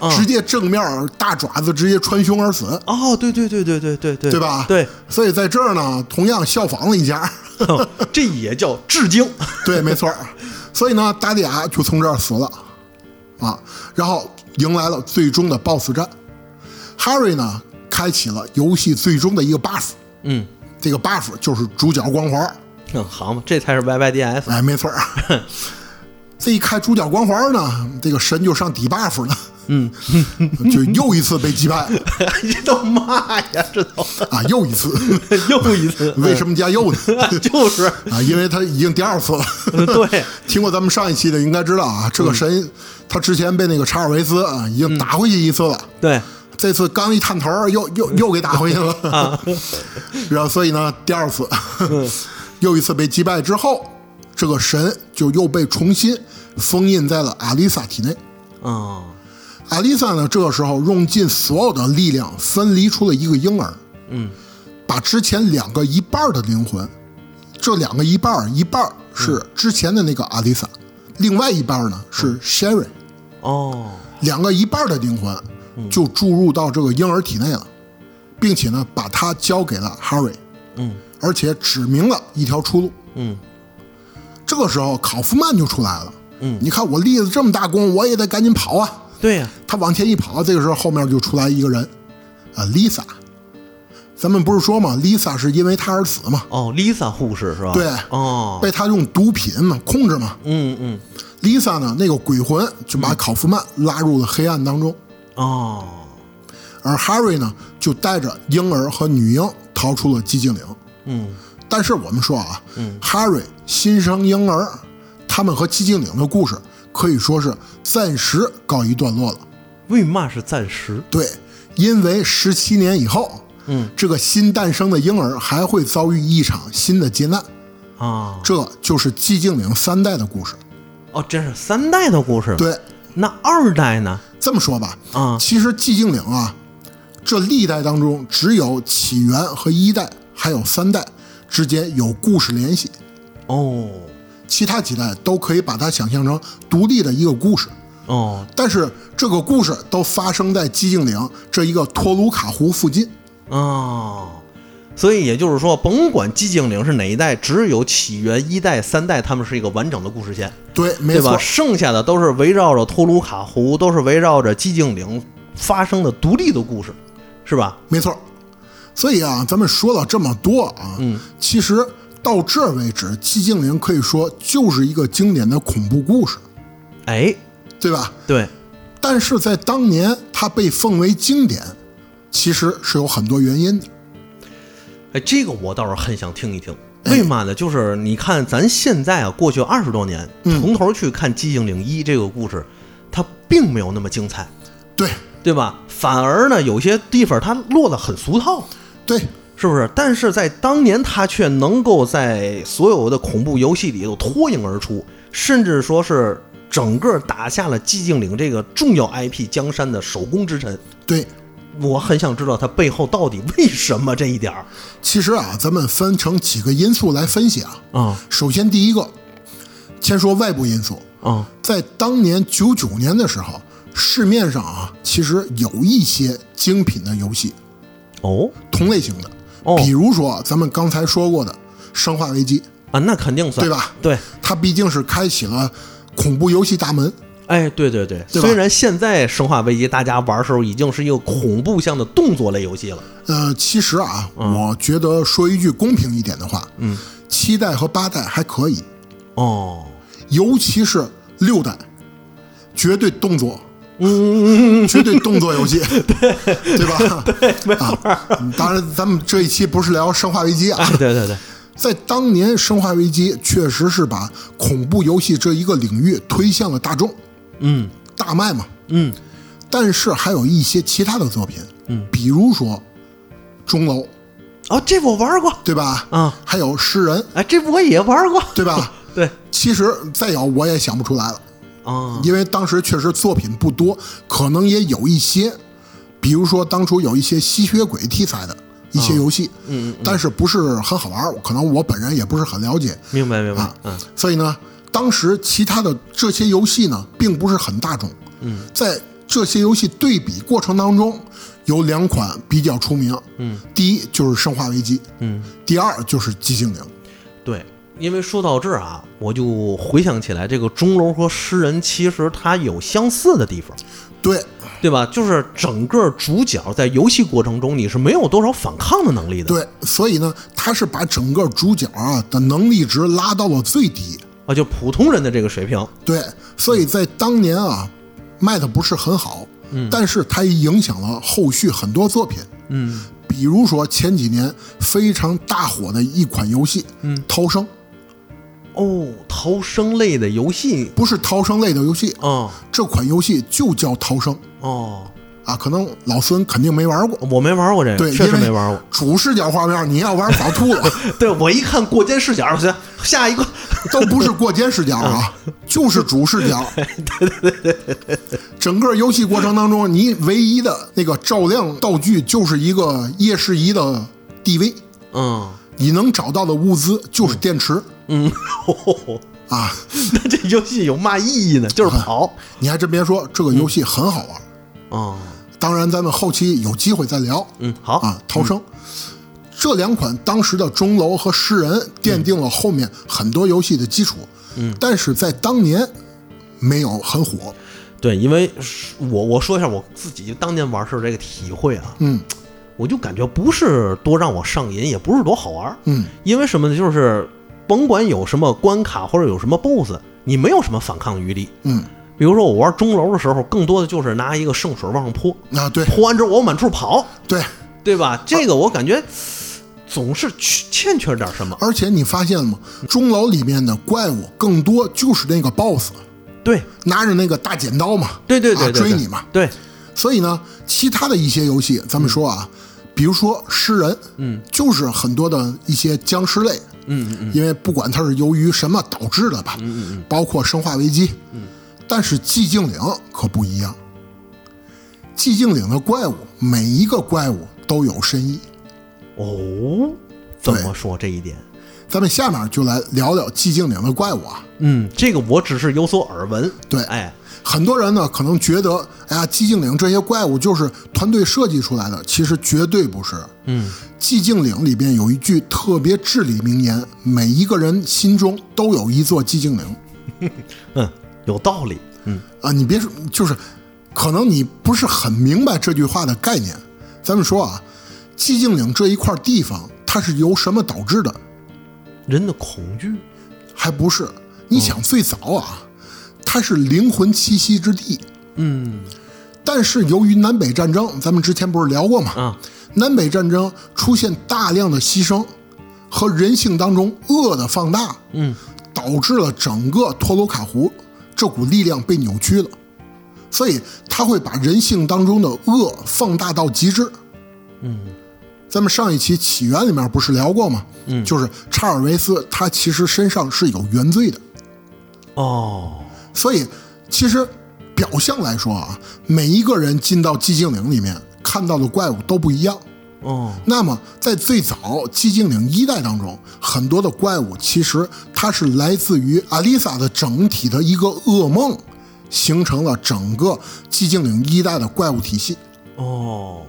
A: 嗯
B: 直接正面大爪子直接穿胸而死。
A: 哦，对对对对对对对，
B: 对吧？
A: 对，，
B: 所以在这儿呢，同样效仿了一下，
A: 哦这也叫致敬。
B: 对，没错儿。所以呢，达利亚就从这儿死了，啊，然后迎来了最终的 BOSS 战。Harry 呢，开启了游戏最终的一个 buff，
A: 嗯，
B: 这个 buff 就是主角光环儿，
A: 嗯，好嘛，这才是 YYDS。
B: 哎，没错儿。这一开主角光环儿呢，这个神就上底 buff 了，嗯， 就又一次被击败
A: 这都嘛呀，这都
B: 啊，又一次。
A: 又一次，
B: 为什么加又呢？
A: 么？ 就是，
B: 啊，因为他已经第二次了。
A: 嗯对， 嗯
B: 听过咱们上一期的应该知道啊，这个神、他之前被那个查尔维斯啊已经打回去一次了，
A: 对，
B: 这次刚一
A: 啊
B: 探
A: 嗯
B: 头儿又又又给打回去了，然后所以呢第二次， 又一次被击败之后，这个神就又被重新封印在了阿丽萨体内。
A: 啊，
B: 艾丽萨呢，这个时候用尽所有的力量分离出了一个婴儿，
A: 嗯，
B: 把之前两个一半儿的灵魂，这两个一半儿一半儿是
A: 嗯
B: 之前的那个艾丽萨，另外一半儿呢是 Sherry，
A: 哦，
B: 两个一半儿的灵魂就注入到这个婴儿体内了，并且呢把它交给了 Harry，
A: 嗯
B: 而且指明了一条出路。
A: 嗯
B: 这个时候考夫曼就出来了，
A: 嗯
B: 你看我立了这么大功，我也得赶紧跑啊，
A: 对呀、
B: 他往前一跑，这个时候后面就出来一个人，啊，Lisa。咱们不是说嘛，Lisa 是因为他而死嘛，
A: 哦，Lisa 护士是吧？
B: 对
A: 哦，
B: 被他用毒品嘛控制嘛。
A: 嗯嗯，
B: Lisa 呢，那个鬼魂就把考夫曼拉入了黑暗当中，
A: 哦，
B: 而 Harry 呢，就带着婴儿和女婴逃出了寂静岭。
A: 嗯
B: 但是我们说啊、h a r r y 新生婴儿，他们和寂静岭的故事可以说是暂时告一段落了。
A: 为嘛是暂时？
B: 对，因为十七年以后，
A: 嗯，
B: 这个新诞生的婴儿还会遭遇一场新的劫难，
A: 啊，
B: 这就是寂静岭三代的故事。
A: 哦，这是三代的故事。，
B: 对，
A: 那二代呢？
B: 这么说吧，
A: 啊
B: 其实寂静岭啊，这历代当中只有起源和一代还有三代之间有故事联系，
A: 哦
B: 其他几代都可以把它想象成独立的一个故事。
A: 哦
B: 但是这个故事都发生在寂静岭这一个托卢卡湖附近。
A: 哦，所以也就是说，甭管寂静岭是哪一代，只有起源一代、三代，他们是一个完整的故事线，
B: 对，没
A: 对吧？
B: 错，
A: 剩下的都是围绕着托卢卡湖，都是围绕着寂静岭发生的独立的故事，是吧？
B: 没错。所以啊，咱们说了这么多啊，嗯，其实到这儿为止，《寂静岭》可以说就是一个经典的恐怖故事，
A: 哎，
B: 对吧？
A: 对，
B: 但是在当年，它被奉为经典，其实是有很多原因的。
A: 哎，这个我倒是很想听一听。
B: 嗯
A: 为嘛呢？就是你看，咱现在啊，过去二十多年，
B: 嗯
A: 从头去看《寂静岭一》这个故事，它并没有那么精彩，
B: 对，
A: 对吧？反而呢，有些地方它落得很俗套，
B: 对，
A: 是不是？但是在当年，它却能够在所有的恐怖游戏里头脱颖而出，甚至说是整个打下了寂静岭这个重要 IP 江山的首功之臣。
B: 对。
A: 我很想知道它背后到底为什么这一点儿
B: 其实啊，咱们分成几个因素来分析啊。
A: 啊
B: 首先，第一个，先说外部因素。
A: 啊
B: 在当年九九年的时候，市面上啊，其实有一些精品的游戏，
A: 哦
B: 同类型的，
A: 哦
B: 比如说咱们刚才说过的《生化危机》，
A: 啊，那肯定算
B: 对吧？
A: 对，
B: 它毕竟是开启了恐怖游戏大门。
A: 哎，对对对，
B: 对吧
A: 虽然现在《生化危机》大家玩的时候已经是一个恐怖向的动作类游戏了，
B: 呃，其实啊，我觉得说一句公平一点的话，嗯，七代和八代还可以，
A: 哦，
B: 尤其是六代，绝对动作，嗯，绝对动作游 戏，对吧？对，没错、啊。当然，咱们这一期不是聊《生化危机》啊，
A: 哎，对 对对，
B: 在当年，《生化危机》确实是把恐怖游戏这一个领域推向了大众，
A: 嗯
B: 大卖嘛。
A: 嗯，
B: 但是还有一些其他的作品，嗯，比如说《钟楼》，
A: 哦，这我玩过，
B: 对吧？
A: 啊，
B: 还有《诗人》，
A: 哎，这我也玩过，
B: 对吧？
A: 对，
B: 其实再有我也想不出来了，
A: 啊，
B: 因为当时确实作品不多，可能也有一些，比如说当初有一些吸血鬼题材的一些游戏，嗯，但是不是很好玩儿，可能我本人也不是很了解，
A: 明白明白
B: 啊，
A: 嗯，
B: 所以呢，当时其他的这些游戏呢，并不是很大众。嗯，在这些游戏对比过程当中，有两款比较出名。嗯，第一就是《生化危机》，嗯，第二就是《寂静岭》。
A: 对。因为说到这儿啊，我就回想起来，这个钟楼和诗人其实它有相似的地方，
B: 对，
A: 对吧？就是整个主角在游戏过程中你是没有多少反抗的能力的，
B: 对，所以呢，他是把整个主角啊的能力值拉到了最低。
A: 啊，就普通人的这个水平，
B: 对，所以在当年啊，卖的不是很好，嗯，但是它也影响了后续很多作品，嗯，比如说前几年非常大火的一款游戏，嗯，逃生，
A: 哦，逃生类的游戏
B: 不是逃生类的游戏，
A: 啊、
B: 这款游戏就叫逃生，
A: 哦，
B: 啊，可能老孙肯定没玩过。
A: 我没玩过这个，
B: 对，
A: 确实
B: 因为
A: 没玩过。
B: 主视角画面，你要玩早吐了，
A: 对我一看过肩视角，行，下一个，
B: 都不是过肩视角啊，就是主视角。 对对对整个游戏过程当中，你唯一的那个照亮道具就是一个夜视仪的 DV，
A: 嗯
B: 你能找到的物资就是电池
A: 嗯，哦
B: 啊。
A: 那这游戏有嘛意义呢？就是跑，
B: 你还真别说，这个游戏很好玩。
A: 嗯
B: 当然，咱们后期有机会再聊
A: 嗯，好，
B: 啊。逃生这两款当时的钟楼和诗人奠定了后面很多游戏的基础，嗯，但是在当年没有很火，
A: 对，因为是我我说一下我自己当年玩时候这个体会啊，
B: 嗯
A: 我就感觉不是多让我上瘾，也不是多好玩，
B: 嗯，
A: 因为什么呢？就是甭管有什么关卡或者有什么 BOSS，你没有什么反抗余力。
B: 嗯
A: 比如说我玩钟楼的时候，更多的就是拿一个圣水往上泼，
B: 啊，对
A: 泼完之后我满处跑，
B: 对，
A: 对吧？这个我感觉总是缺欠缺点什么。
B: 而且你发现了吗？钟楼里面的怪物更多就是那个 BOSS
A: 对，
B: 拿着那个大剪刀嘛，
A: 对对对对
B: 啊，追你嘛。
A: 对，
B: 所以呢，其他的一些游戏，咱们说啊，
A: 嗯
B: 比如说诗人，嗯，就是很多的一些僵尸类，
A: 嗯嗯嗯，
B: 因为不管它是由于什么导致的吧，嗯嗯，包括《生化危机》，嗯，但是寂静岭可不一样。寂静岭的怪物，每一个怪物都有深意。
A: 哦，怎
B: 对
A: 么说这一点？
B: 咱们下面就来聊聊寂静岭的怪物啊。
A: 嗯，这个我只是有所耳闻。
B: 对
A: 哎，
B: 很多人呢可能觉得，哎呀，寂静岭这些怪物就是团队设计出来的，其实绝对不是。
A: 嗯，
B: 寂静岭里边有一句特别至理名言：每一个人心中都有一座寂静岭。
A: 嗯，有道理。嗯
B: 啊，你别说，就是可能你不是很明白这句话的概念。咱们说啊，寂静岭这一块地方，它是由什么导致的？
A: 人的恐惧，
B: 还不是？你想最早啊，它是灵魂栖息之地。
A: 嗯
B: 但是由于南北战争，咱们之前不是聊过吗？
A: 啊，
B: 南北战争出现大量的牺牲和人性当中恶的放大，
A: 嗯，
B: 导致了整个托鲁卡湖这股力量被扭曲了，所以它会把人性当中的恶放大到极致。
A: 嗯，
B: 咱们上一期起源里面不是聊过吗？嗯，就是查尔维斯他其实身上是有原罪的，
A: 哦，
B: 所以其实表象来说啊，每一个人进到寂静岭里面看到的怪物都不一样。
A: 哦，
B: 那么，在最早《寂静岭一代》当中，很多的怪物其实它是来自于阿丽萨的整体的一个噩梦，形成了整个《寂静岭一代》的怪物体系。
A: 哦，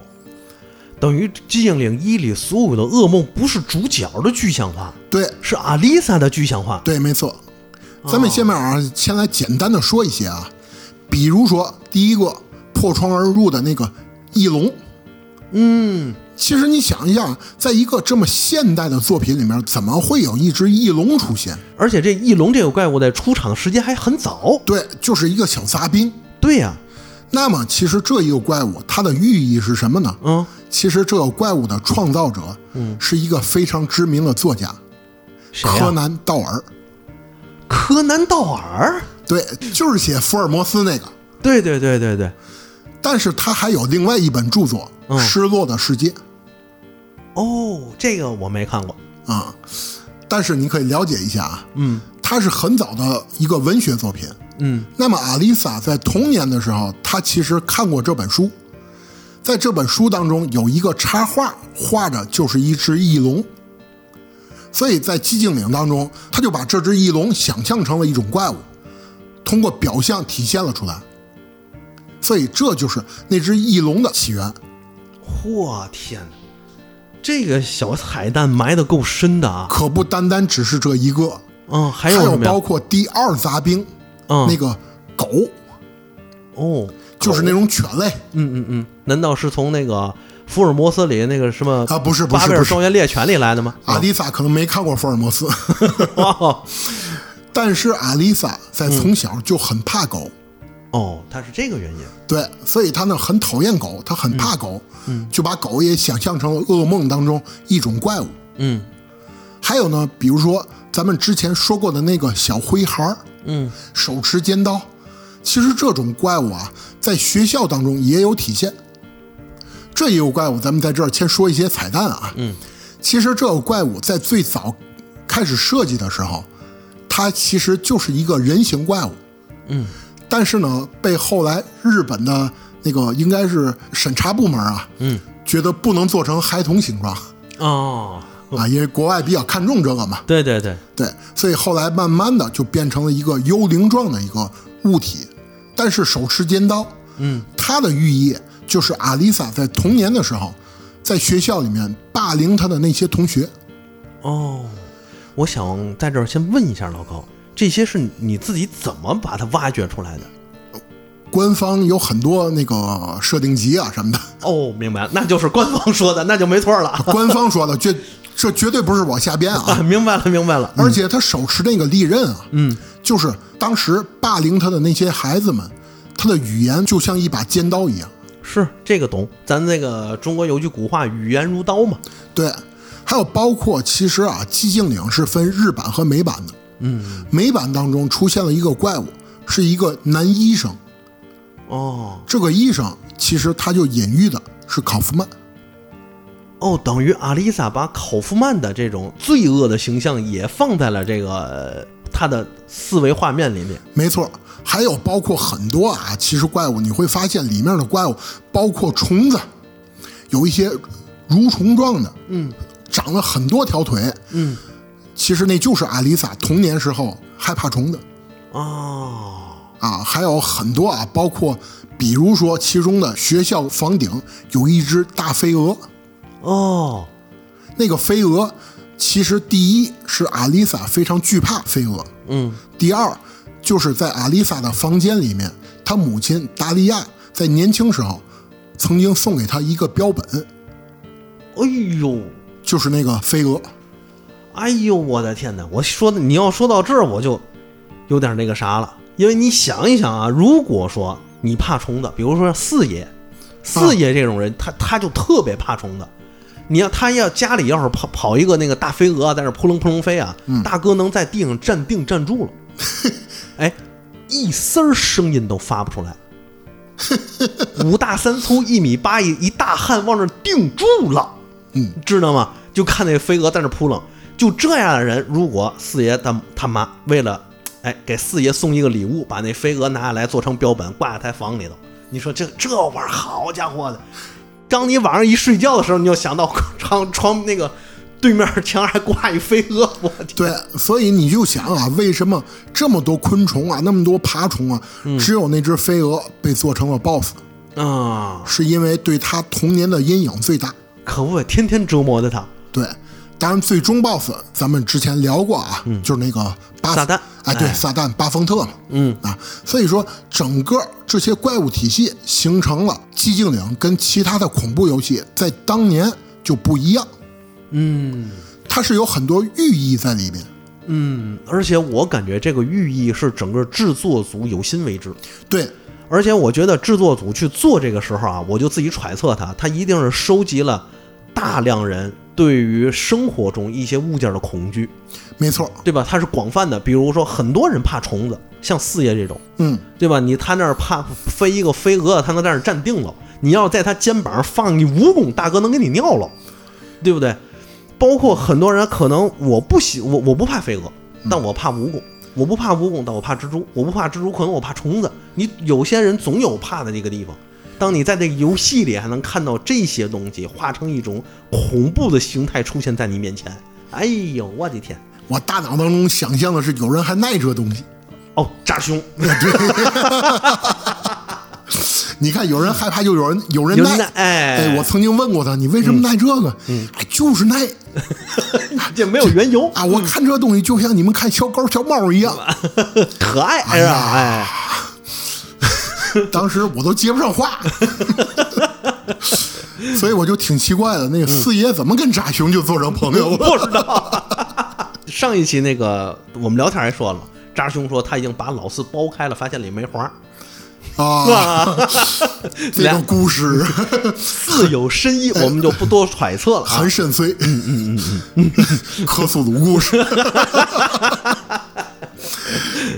A: 等于《寂静岭一》里所有的噩梦不是主角的具象化，
B: 对，
A: 是阿丽萨的具象化。
B: 对，没错。
A: 哦
B: 咱们下面啊，先来简单的说一些啊，比如说第一个破窗而入的那个翼龙。
A: 嗯，
B: 其实你想一下，在一个这么现代的作品里面，怎么会有一只翼龙出现？
A: 而且这翼龙这个怪物在出场时间还很早。
B: 对，就是一个小杂兵。
A: 对呀、
B: 那么，其实这一个怪物它的寓意是什么呢？
A: 嗯，
B: 其实这个怪物的创造者，嗯，是一个非常知名的作家
A: 谁呀、
B: 柯南道尔。
A: 柯南道尔。
B: 对，就是写福尔摩斯那个。
A: 对对对对对。
B: 但是他还有另外一本著作
A: 嗯
B: 《失落的世界》
A: 哦，这个我没看过。
B: 啊、但是你可以了解一下啊，
A: 嗯
B: 它是很早的一个文学作品。
A: 嗯
B: 那么阿丽萨在童年的时候，她其实看过这本书，在这本书当中有一个插画，画着就是一只翼龙，所以在寂静岭当中，他就把这只翼龙想象成了一种怪物，通过表象体现了出来。所以这就是那只翼龙的起源。
A: 我天哪，这个小彩蛋埋的够深的啊！
B: 可不单单只是这一个，
A: 嗯，还
B: 还
A: 有
B: 有
A: 什么呀
B: 包？括第二杂兵、
A: 嗯，
B: 那个狗，
A: 哦，
B: 就是那种犬类
A: 嗯嗯嗯，难道是从那个福尔摩斯里那个什么
B: 啊，不是不
A: 巴
B: 是
A: 贝
B: 不
A: 尔
B: 是啊
A: 庄，园猎犬里来的吗？
B: 阿丽萨可能没看过福尔摩斯，
A: 哦
B: 但是阿丽萨在从小就很怕狗，
A: 哦，它是这个原因。
B: 对，所以她呢很讨厌狗，她很怕狗，
A: 嗯
B: 就把狗也想象成了噩梦当中一种怪物。
A: 嗯
B: 还有呢，比如说咱们之前说过的那个小灰孩儿，
A: 嗯，
B: 手持尖刀，其实这种怪物啊，在学校当中也有体现。这也有怪物，咱们在这儿先说一些彩蛋啊。嗯，其实这个怪物在最早开始设计的时候，它其实就是一个人形怪物。
A: 嗯，
B: 但是呢，被后来日本的那个应该是审查部门啊，
A: 嗯，
B: 觉得不能做成孩童形状
A: 哦，
B: 啊，因为国外比较看重这个嘛。
A: 对对对，
B: 对，所以后来慢慢的就变成了一个幽灵状的一个物体，但是手持尖刀。
A: 嗯，
B: 它的寓意就是阿丽萨在童年的时候，在学校里面霸凌她的那些同学。
A: 哦，我想在这儿先问一下老高，这些是你自己怎么把它挖掘出来的？
B: 官方有很多那个设定集啊什么的，
A: 哦，明白，那就是官方说的，那就没错了。
B: 官方说的，这这绝对不是我瞎编啊。
A: 啊， 明白了，明白了。
B: 而且他手持那个利刃啊，
A: 嗯，
B: 就是当时霸凌他的那些孩子们，他的语言就像一把尖刀一样。
A: 是这个懂，咱那个中国有句古话“语言如刀”嘛。
B: 对，还有包括其实啊，寂静岭是分日版和美版的。
A: 嗯，
B: 美版当中出现了一个怪物，是一个男医生。
A: 哦
B: 这个医生其实他就隐喻的是考夫曼。
A: 哦，等于阿丽萨把考夫曼的这种罪恶的形象也放在了这个呃他的四维画面里面。
B: 没错，还有包括很多啊，其实怪物你会发现里面的怪物，包括虫子，有一些蠕虫状的，嗯，长了很多条腿，
A: 嗯，
B: 其实那就是阿丽萨童年时候害怕虫的
A: 哦，
B: 啊，还有很多啊，包括比如说其中的学校房顶有一只大飞蛾，
A: 哦，
B: 那个飞蛾其实第一是阿丽萨非常惧怕飞蛾，
A: 嗯，
B: 第二，就是在阿丽萨的房间里面，她母亲达利亚在年轻时候曾经送给她一个标本，
A: 哎呦，
B: 就是那个飞蛾。
A: 哎呦，我的天哪！我说的你要说到这儿，我就有点那个啥了，因为你想一想啊，如果说你怕虫子，比如说四爷，四爷这种人，他他就特别怕虫子。你要他要家里要是跑跑一个那个大飞蛾啊，在那扑棱扑棱飞啊，大哥能在地上站定站住了，哎，一丝儿声音都发不出来。 五大三粗，一米八一，一大汉往那儿定住了，
B: 嗯，
A: 知道吗？就看那飞蛾在那扑棱。就这样的人，如果四爷他他妈为了，哎，给四爷送一个礼物，把那飞蛾拿下来做成标本，挂在他房里头，你说这这玩意儿，好家伙的！当你晚上一睡觉的时候，你就想到 床床那个对面墙还挂一飞蛾，我天！
B: 对，所以你就想啊，为什么这么多昆虫啊，那么多爬虫啊，只有那只飞蛾被做成了 BOSS，
A: 啊，
B: 是因为对她童年的阴影最大。
A: 可恶，天天折磨着他。
B: 对，当然最终 BOSS 咱们之前聊过啊，就是那个
A: 嗯
B: 巴
A: 撒旦
B: 哎，对，
A: 哎
B: 撒旦巴丰特嘛，
A: 嗯
B: 啊，所以说整个这些怪物体系形成了寂静岭跟其他的恐怖游戏在当年就不一样，
A: 嗯
B: 它是有很多寓意在里面。
A: 嗯，而且我感觉这个寓意是整个制作组有心为之。
B: 对，
A: 而且我觉得制作组去做这个时候啊，我就自己揣测他，他一定是收集了大量人对于生活中一些物件的恐惧，
B: 没错，
A: 对吧？它是广泛的，比如说很多人怕虫子，像四爷这种，
B: 嗯，
A: 对吧？你他那儿怕飞一个飞蛾，他能在那儿站定了。你要在他肩膀上放你蜈蚣，大哥能给你尿了，对不对？包括很多人可能我不喜我我不怕飞蛾，但我怕蜈蚣；我不怕蜈蚣，但我怕蜘蛛；我不怕蜘蛛，可能我怕虫子。你有些人总有怕的那个地方。当你在这个游戏里还能看到这些东西化成一种恐怖的形态出现在你面前，哎呦我的天！
B: 我大脑当中想象的是有人还耐这东西，
A: 哦，扎胸，
B: 你看有人害怕就有人有人
A: 有
B: 耐
A: 人耐，哎嗯
B: 我曾经问过他，你为什么耐这个？哎，就是耐。
A: 这没有缘由
B: 啊，我看这东西就像你们看小狗、小猫一样。
A: 可爱哎呀哎。
B: 当时我都接不上话，所以我就挺奇怪的，那个四爷怎么跟扎熊就做成朋友了？
A: 不知道。 上一期那个我们聊天还说了，扎兄说他已经把老四剥开了，发现里没花儿，
B: 啊，这个
A: 俩
B: 故事
A: 自有深意，我们就不多揣测了啊
B: 很。深邃。嗯嗯嗯嗯，克苏鲁故事。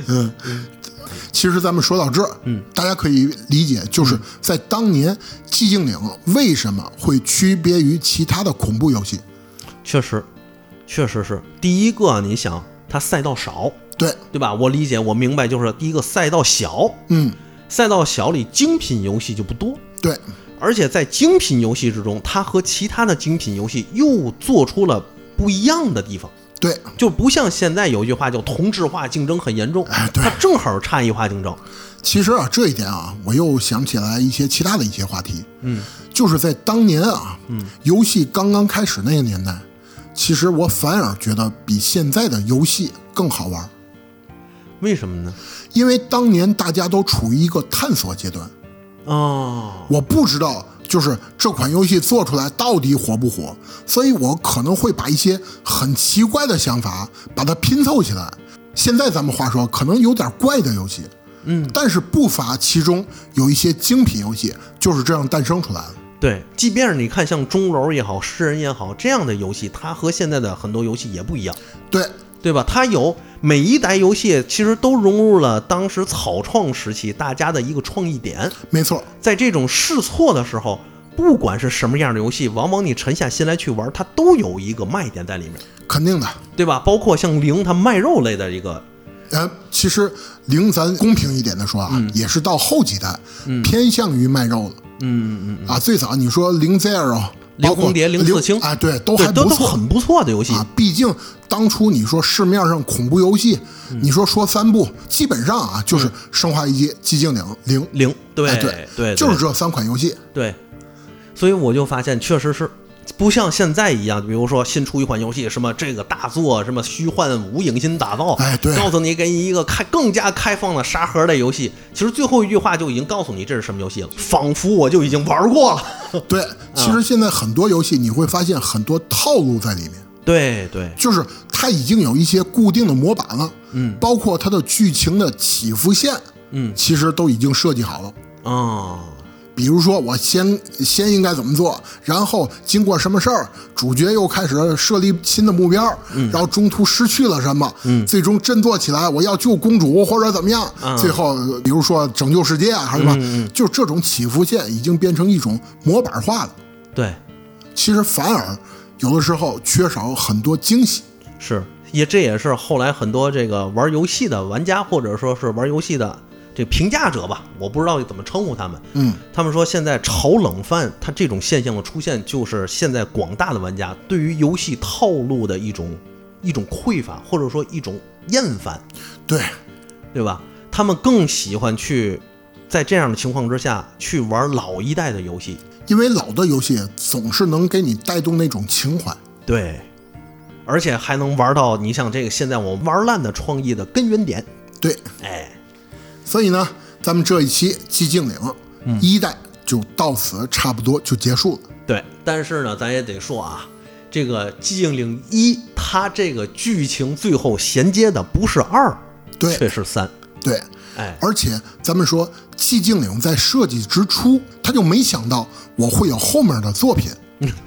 B: 嗯，其实咱们说到这，嗯，大家可以理解，就是在当年寂静岭为什么会区别于其他的恐怖游戏？
A: 确实，确实是第一个。你想，它赛道少，
B: 对，
A: 对吧？我理解，我明白，就是第一个赛道小，
B: 嗯，
A: 赛道小里精品游戏就不多，
B: 对，
A: 而且在精品游戏之中，它和其他的精品游戏又做出了不一样的地方，
B: 对，
A: 就不像现在有一句话叫同质化竞争很严重，
B: 哎对
A: 它正好差异化竞争，
B: 其实啊，这一点啊，我又想起来一些其他的一些话题。嗯，就是在当年啊，嗯，游戏刚刚开始那个年代，其实我反而觉得比现在的游戏更好玩，
A: 为什么呢？
B: 因为当年大家都处于一个探索阶段，
A: 哦，
B: 我不知道就是这款游戏做出来到底火不火，所以我可能会把一些很奇怪的想法把它拼凑起来。现在咱们话说，可能有点怪的游戏，嗯，但是不乏其中有一些精品游戏就是这样诞生出来的。
A: 对，即便是你看像钟楼也好，诗人也好这样的游戏，它和现在的很多游戏也不一样。
B: 对，
A: 对吧？它有每一代游戏其实都融入了当时草创时期大家的一个创意点，
B: 没错，
A: 在这种试错的时候，不管是什么样的游戏，往往你沉下心来去玩，它都有一个卖点在里面，
B: 肯定的。
A: 对吧？包括像零它卖肉类的一个，
B: 呃，其实零咱公平一点的说啊，也是到后几代、偏向于卖肉的。
A: 嗯嗯嗯，
B: 啊，最早你说零 zero、
A: 零
B: 包括
A: 红蝶零四清
B: 啊，对，都
A: 对
B: 还，
A: 都
B: 不
A: 都
B: 错，
A: 很不错的游戏。
B: 啊，毕竟当初你说市面上恐怖游戏，
A: 嗯
B: 你说说三部，基本上啊就是《生化危机》《寂静岭》《零》
A: 零，对、
B: 哎
A: 对
B: 对
A: 对，
B: 就是这三款游 戏。
A: 对，所以我就发现，确实是不像现在一样，比如说新出一款游戏，什么这个大作，什么虚幻无影心打造，
B: 哎对
A: 告诉你给你一个开更加开放的沙盒类游戏，其实最后一句话就已经告诉你这是什么游戏了，仿佛我就已经玩过 了。
B: 对，其实现在很多游戏你会发现很多套路在里面，
A: 对对，
B: 就是它已经有一些固定的模板了，嗯，包括它的剧情的起伏线，
A: 嗯，
B: 其实都已经设计好了。
A: 哦，
B: 比如说，我先先应该怎么做，然后经过什么事儿，主角又开始设立新的目标，然后中途失去了什么，最终振作起来，我要救公主或者怎么样，最后呃比如说拯救世界啊，还是吧，就这种起伏线已经变成一种模板化了。
A: 对，
B: 其实反而有的时候缺少很多惊喜。
A: 是也这也是后来很多这个玩游戏的玩家或者说是玩游戏的这评价者吧，我不知道怎么称呼他们。
B: 嗯，
A: 他们说现在炒冷饭，它这种现象的出现，就是现在广大的玩家对于游戏套路的一种一种匮乏，或者说一种厌烦，
B: 对，
A: 对吧？他们更喜欢去在这样的情况之下去玩老一代的游戏。
B: 因为老的游戏总是能给你带动那种情怀。
A: 对，而且还能玩到你像这个现在我玩烂的创意的根源点，
B: 对，
A: 哎。
B: 所以呢，咱们这一期寂静岭、
A: 嗯
B: 一代就到此差不多就结束了。
A: 对，但是呢，咱也得说啊，这个《寂静岭一》它这个剧情最后衔接的不是二，
B: 对
A: 却是三。
B: 对，
A: 哎，
B: 而且咱们说寂静岭在设计之初，他就没想到我会有后面的作品。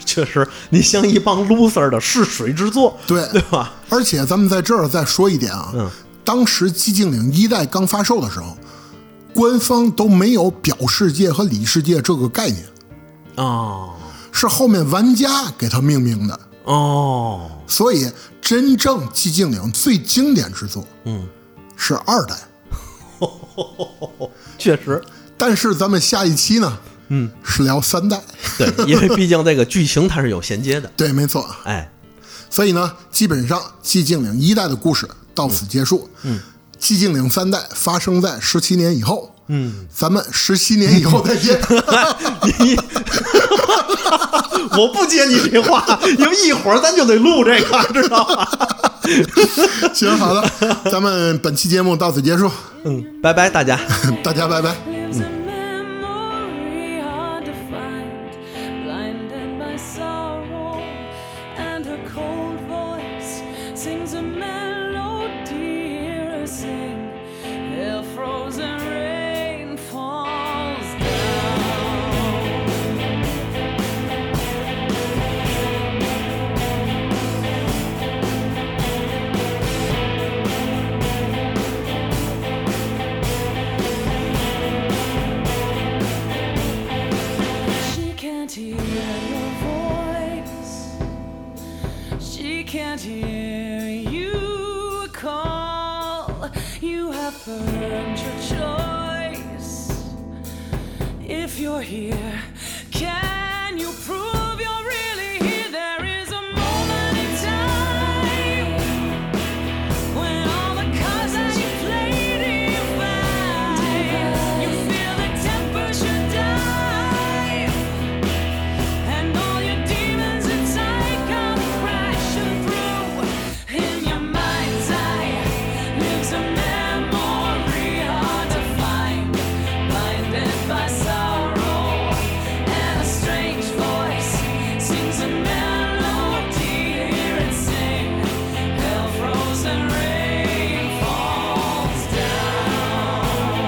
A: 确实，你像一帮 loser 的试水之作，
B: 对
A: 对吧？
B: 而且咱们在这儿再说一点啊，
A: 嗯
B: 当时寂静岭一代刚发售的时候，官方都没有表世界和里世界这个概念，
A: 哦
B: 是后面玩家给它命名的。
A: 哦，
B: 所以，真正寂静岭最经典之作，
A: 嗯，
B: 是二代。
A: 确实，
B: 但是咱们下一期呢，嗯，是聊三 代。
A: 对，因为毕竟这个剧情它是有衔接的。
B: 对，没错。
A: 哎，
B: 所以呢，基本上寂静岭一代的故事到此结束。嗯，寂静岭三代发生在十七年以后。嗯，咱们十七年以后再 见。
A: 你， 我不接你这话， 因为一会儿咱就得录这个，知道吗？
B: 行，好了，咱们本期节目到此结 束，
A: 嗯，拜拜，大家。
B: 大家拜拜。
C: Lives a memory hard to find, blinded by sorrow, and her cold voice sings a melody. Hear her sing, till frozen rain falls down. you're here? Can you prove you're really here? There is a moment in time when all the cards that you played divide. You feel the temperature die, and all your demons inside come crashing through. In your mind's eye lives a memory hard to find, blinded by sorrow, and a strange voice sings a melody. Hear it sing, hell frozen rain falls down.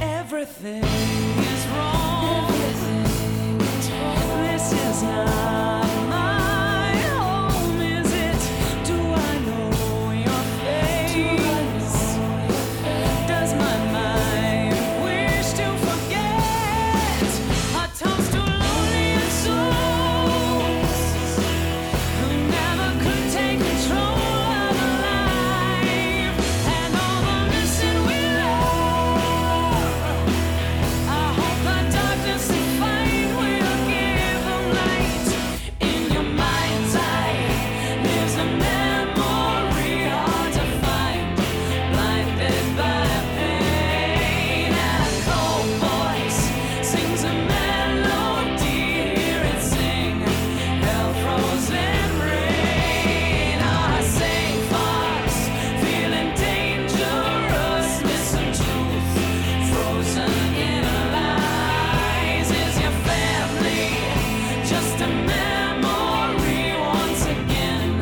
C: Everything is wrong. This is not my home, is it? Do I know your face? Does my mind wish to forget? Our tongues too lonely and souls who never could take control of a life, and all the missing we love. I hope the darkness we find will give them light. In your mind's eye lives a memory hard to find, blinded by pain. And a cold voice sings a melody. Hear it sing, hell frozen rain. I sing fast, feeling dangerous, listen truth. Frozen in lies is your family. Just a memory once again.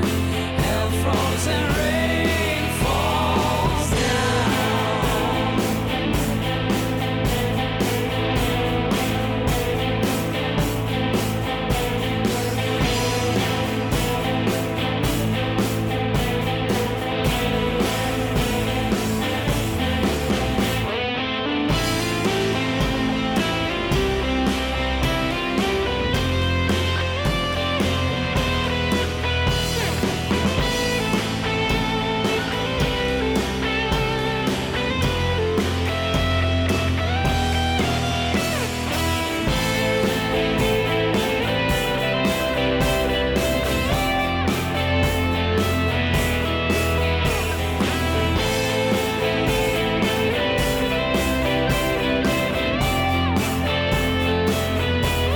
C: Hell frozen rain falls down.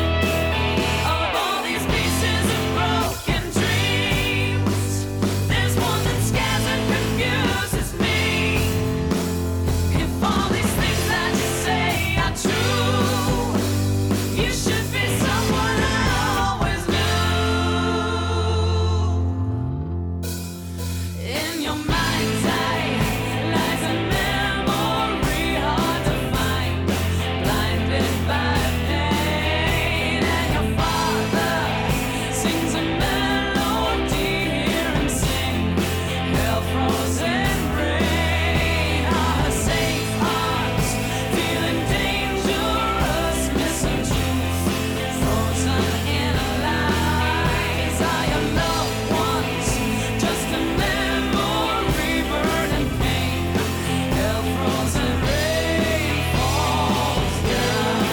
C: Of all these pieces of broken dreams, there's one that scares and confuses me. If all these things that you say are true, you should be someone I always knew. In your mind's eye lies a memory hard to find, blinded by pain. And your father sings a melody, hear him sing, hell frozen rain. Our safe hearts feeling dangerous, missing truth, frozen in a lies. Are your loved ones just a memory, burning pain? Hell frozen rain falls down.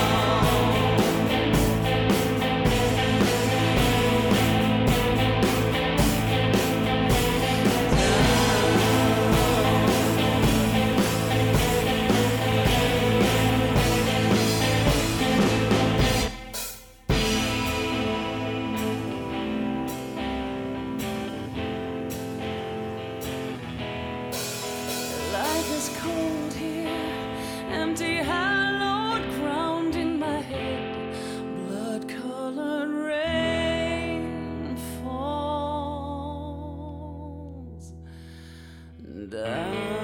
C: Life is cold here, empty, hallowed ground in my head. Blood colored rain falls down.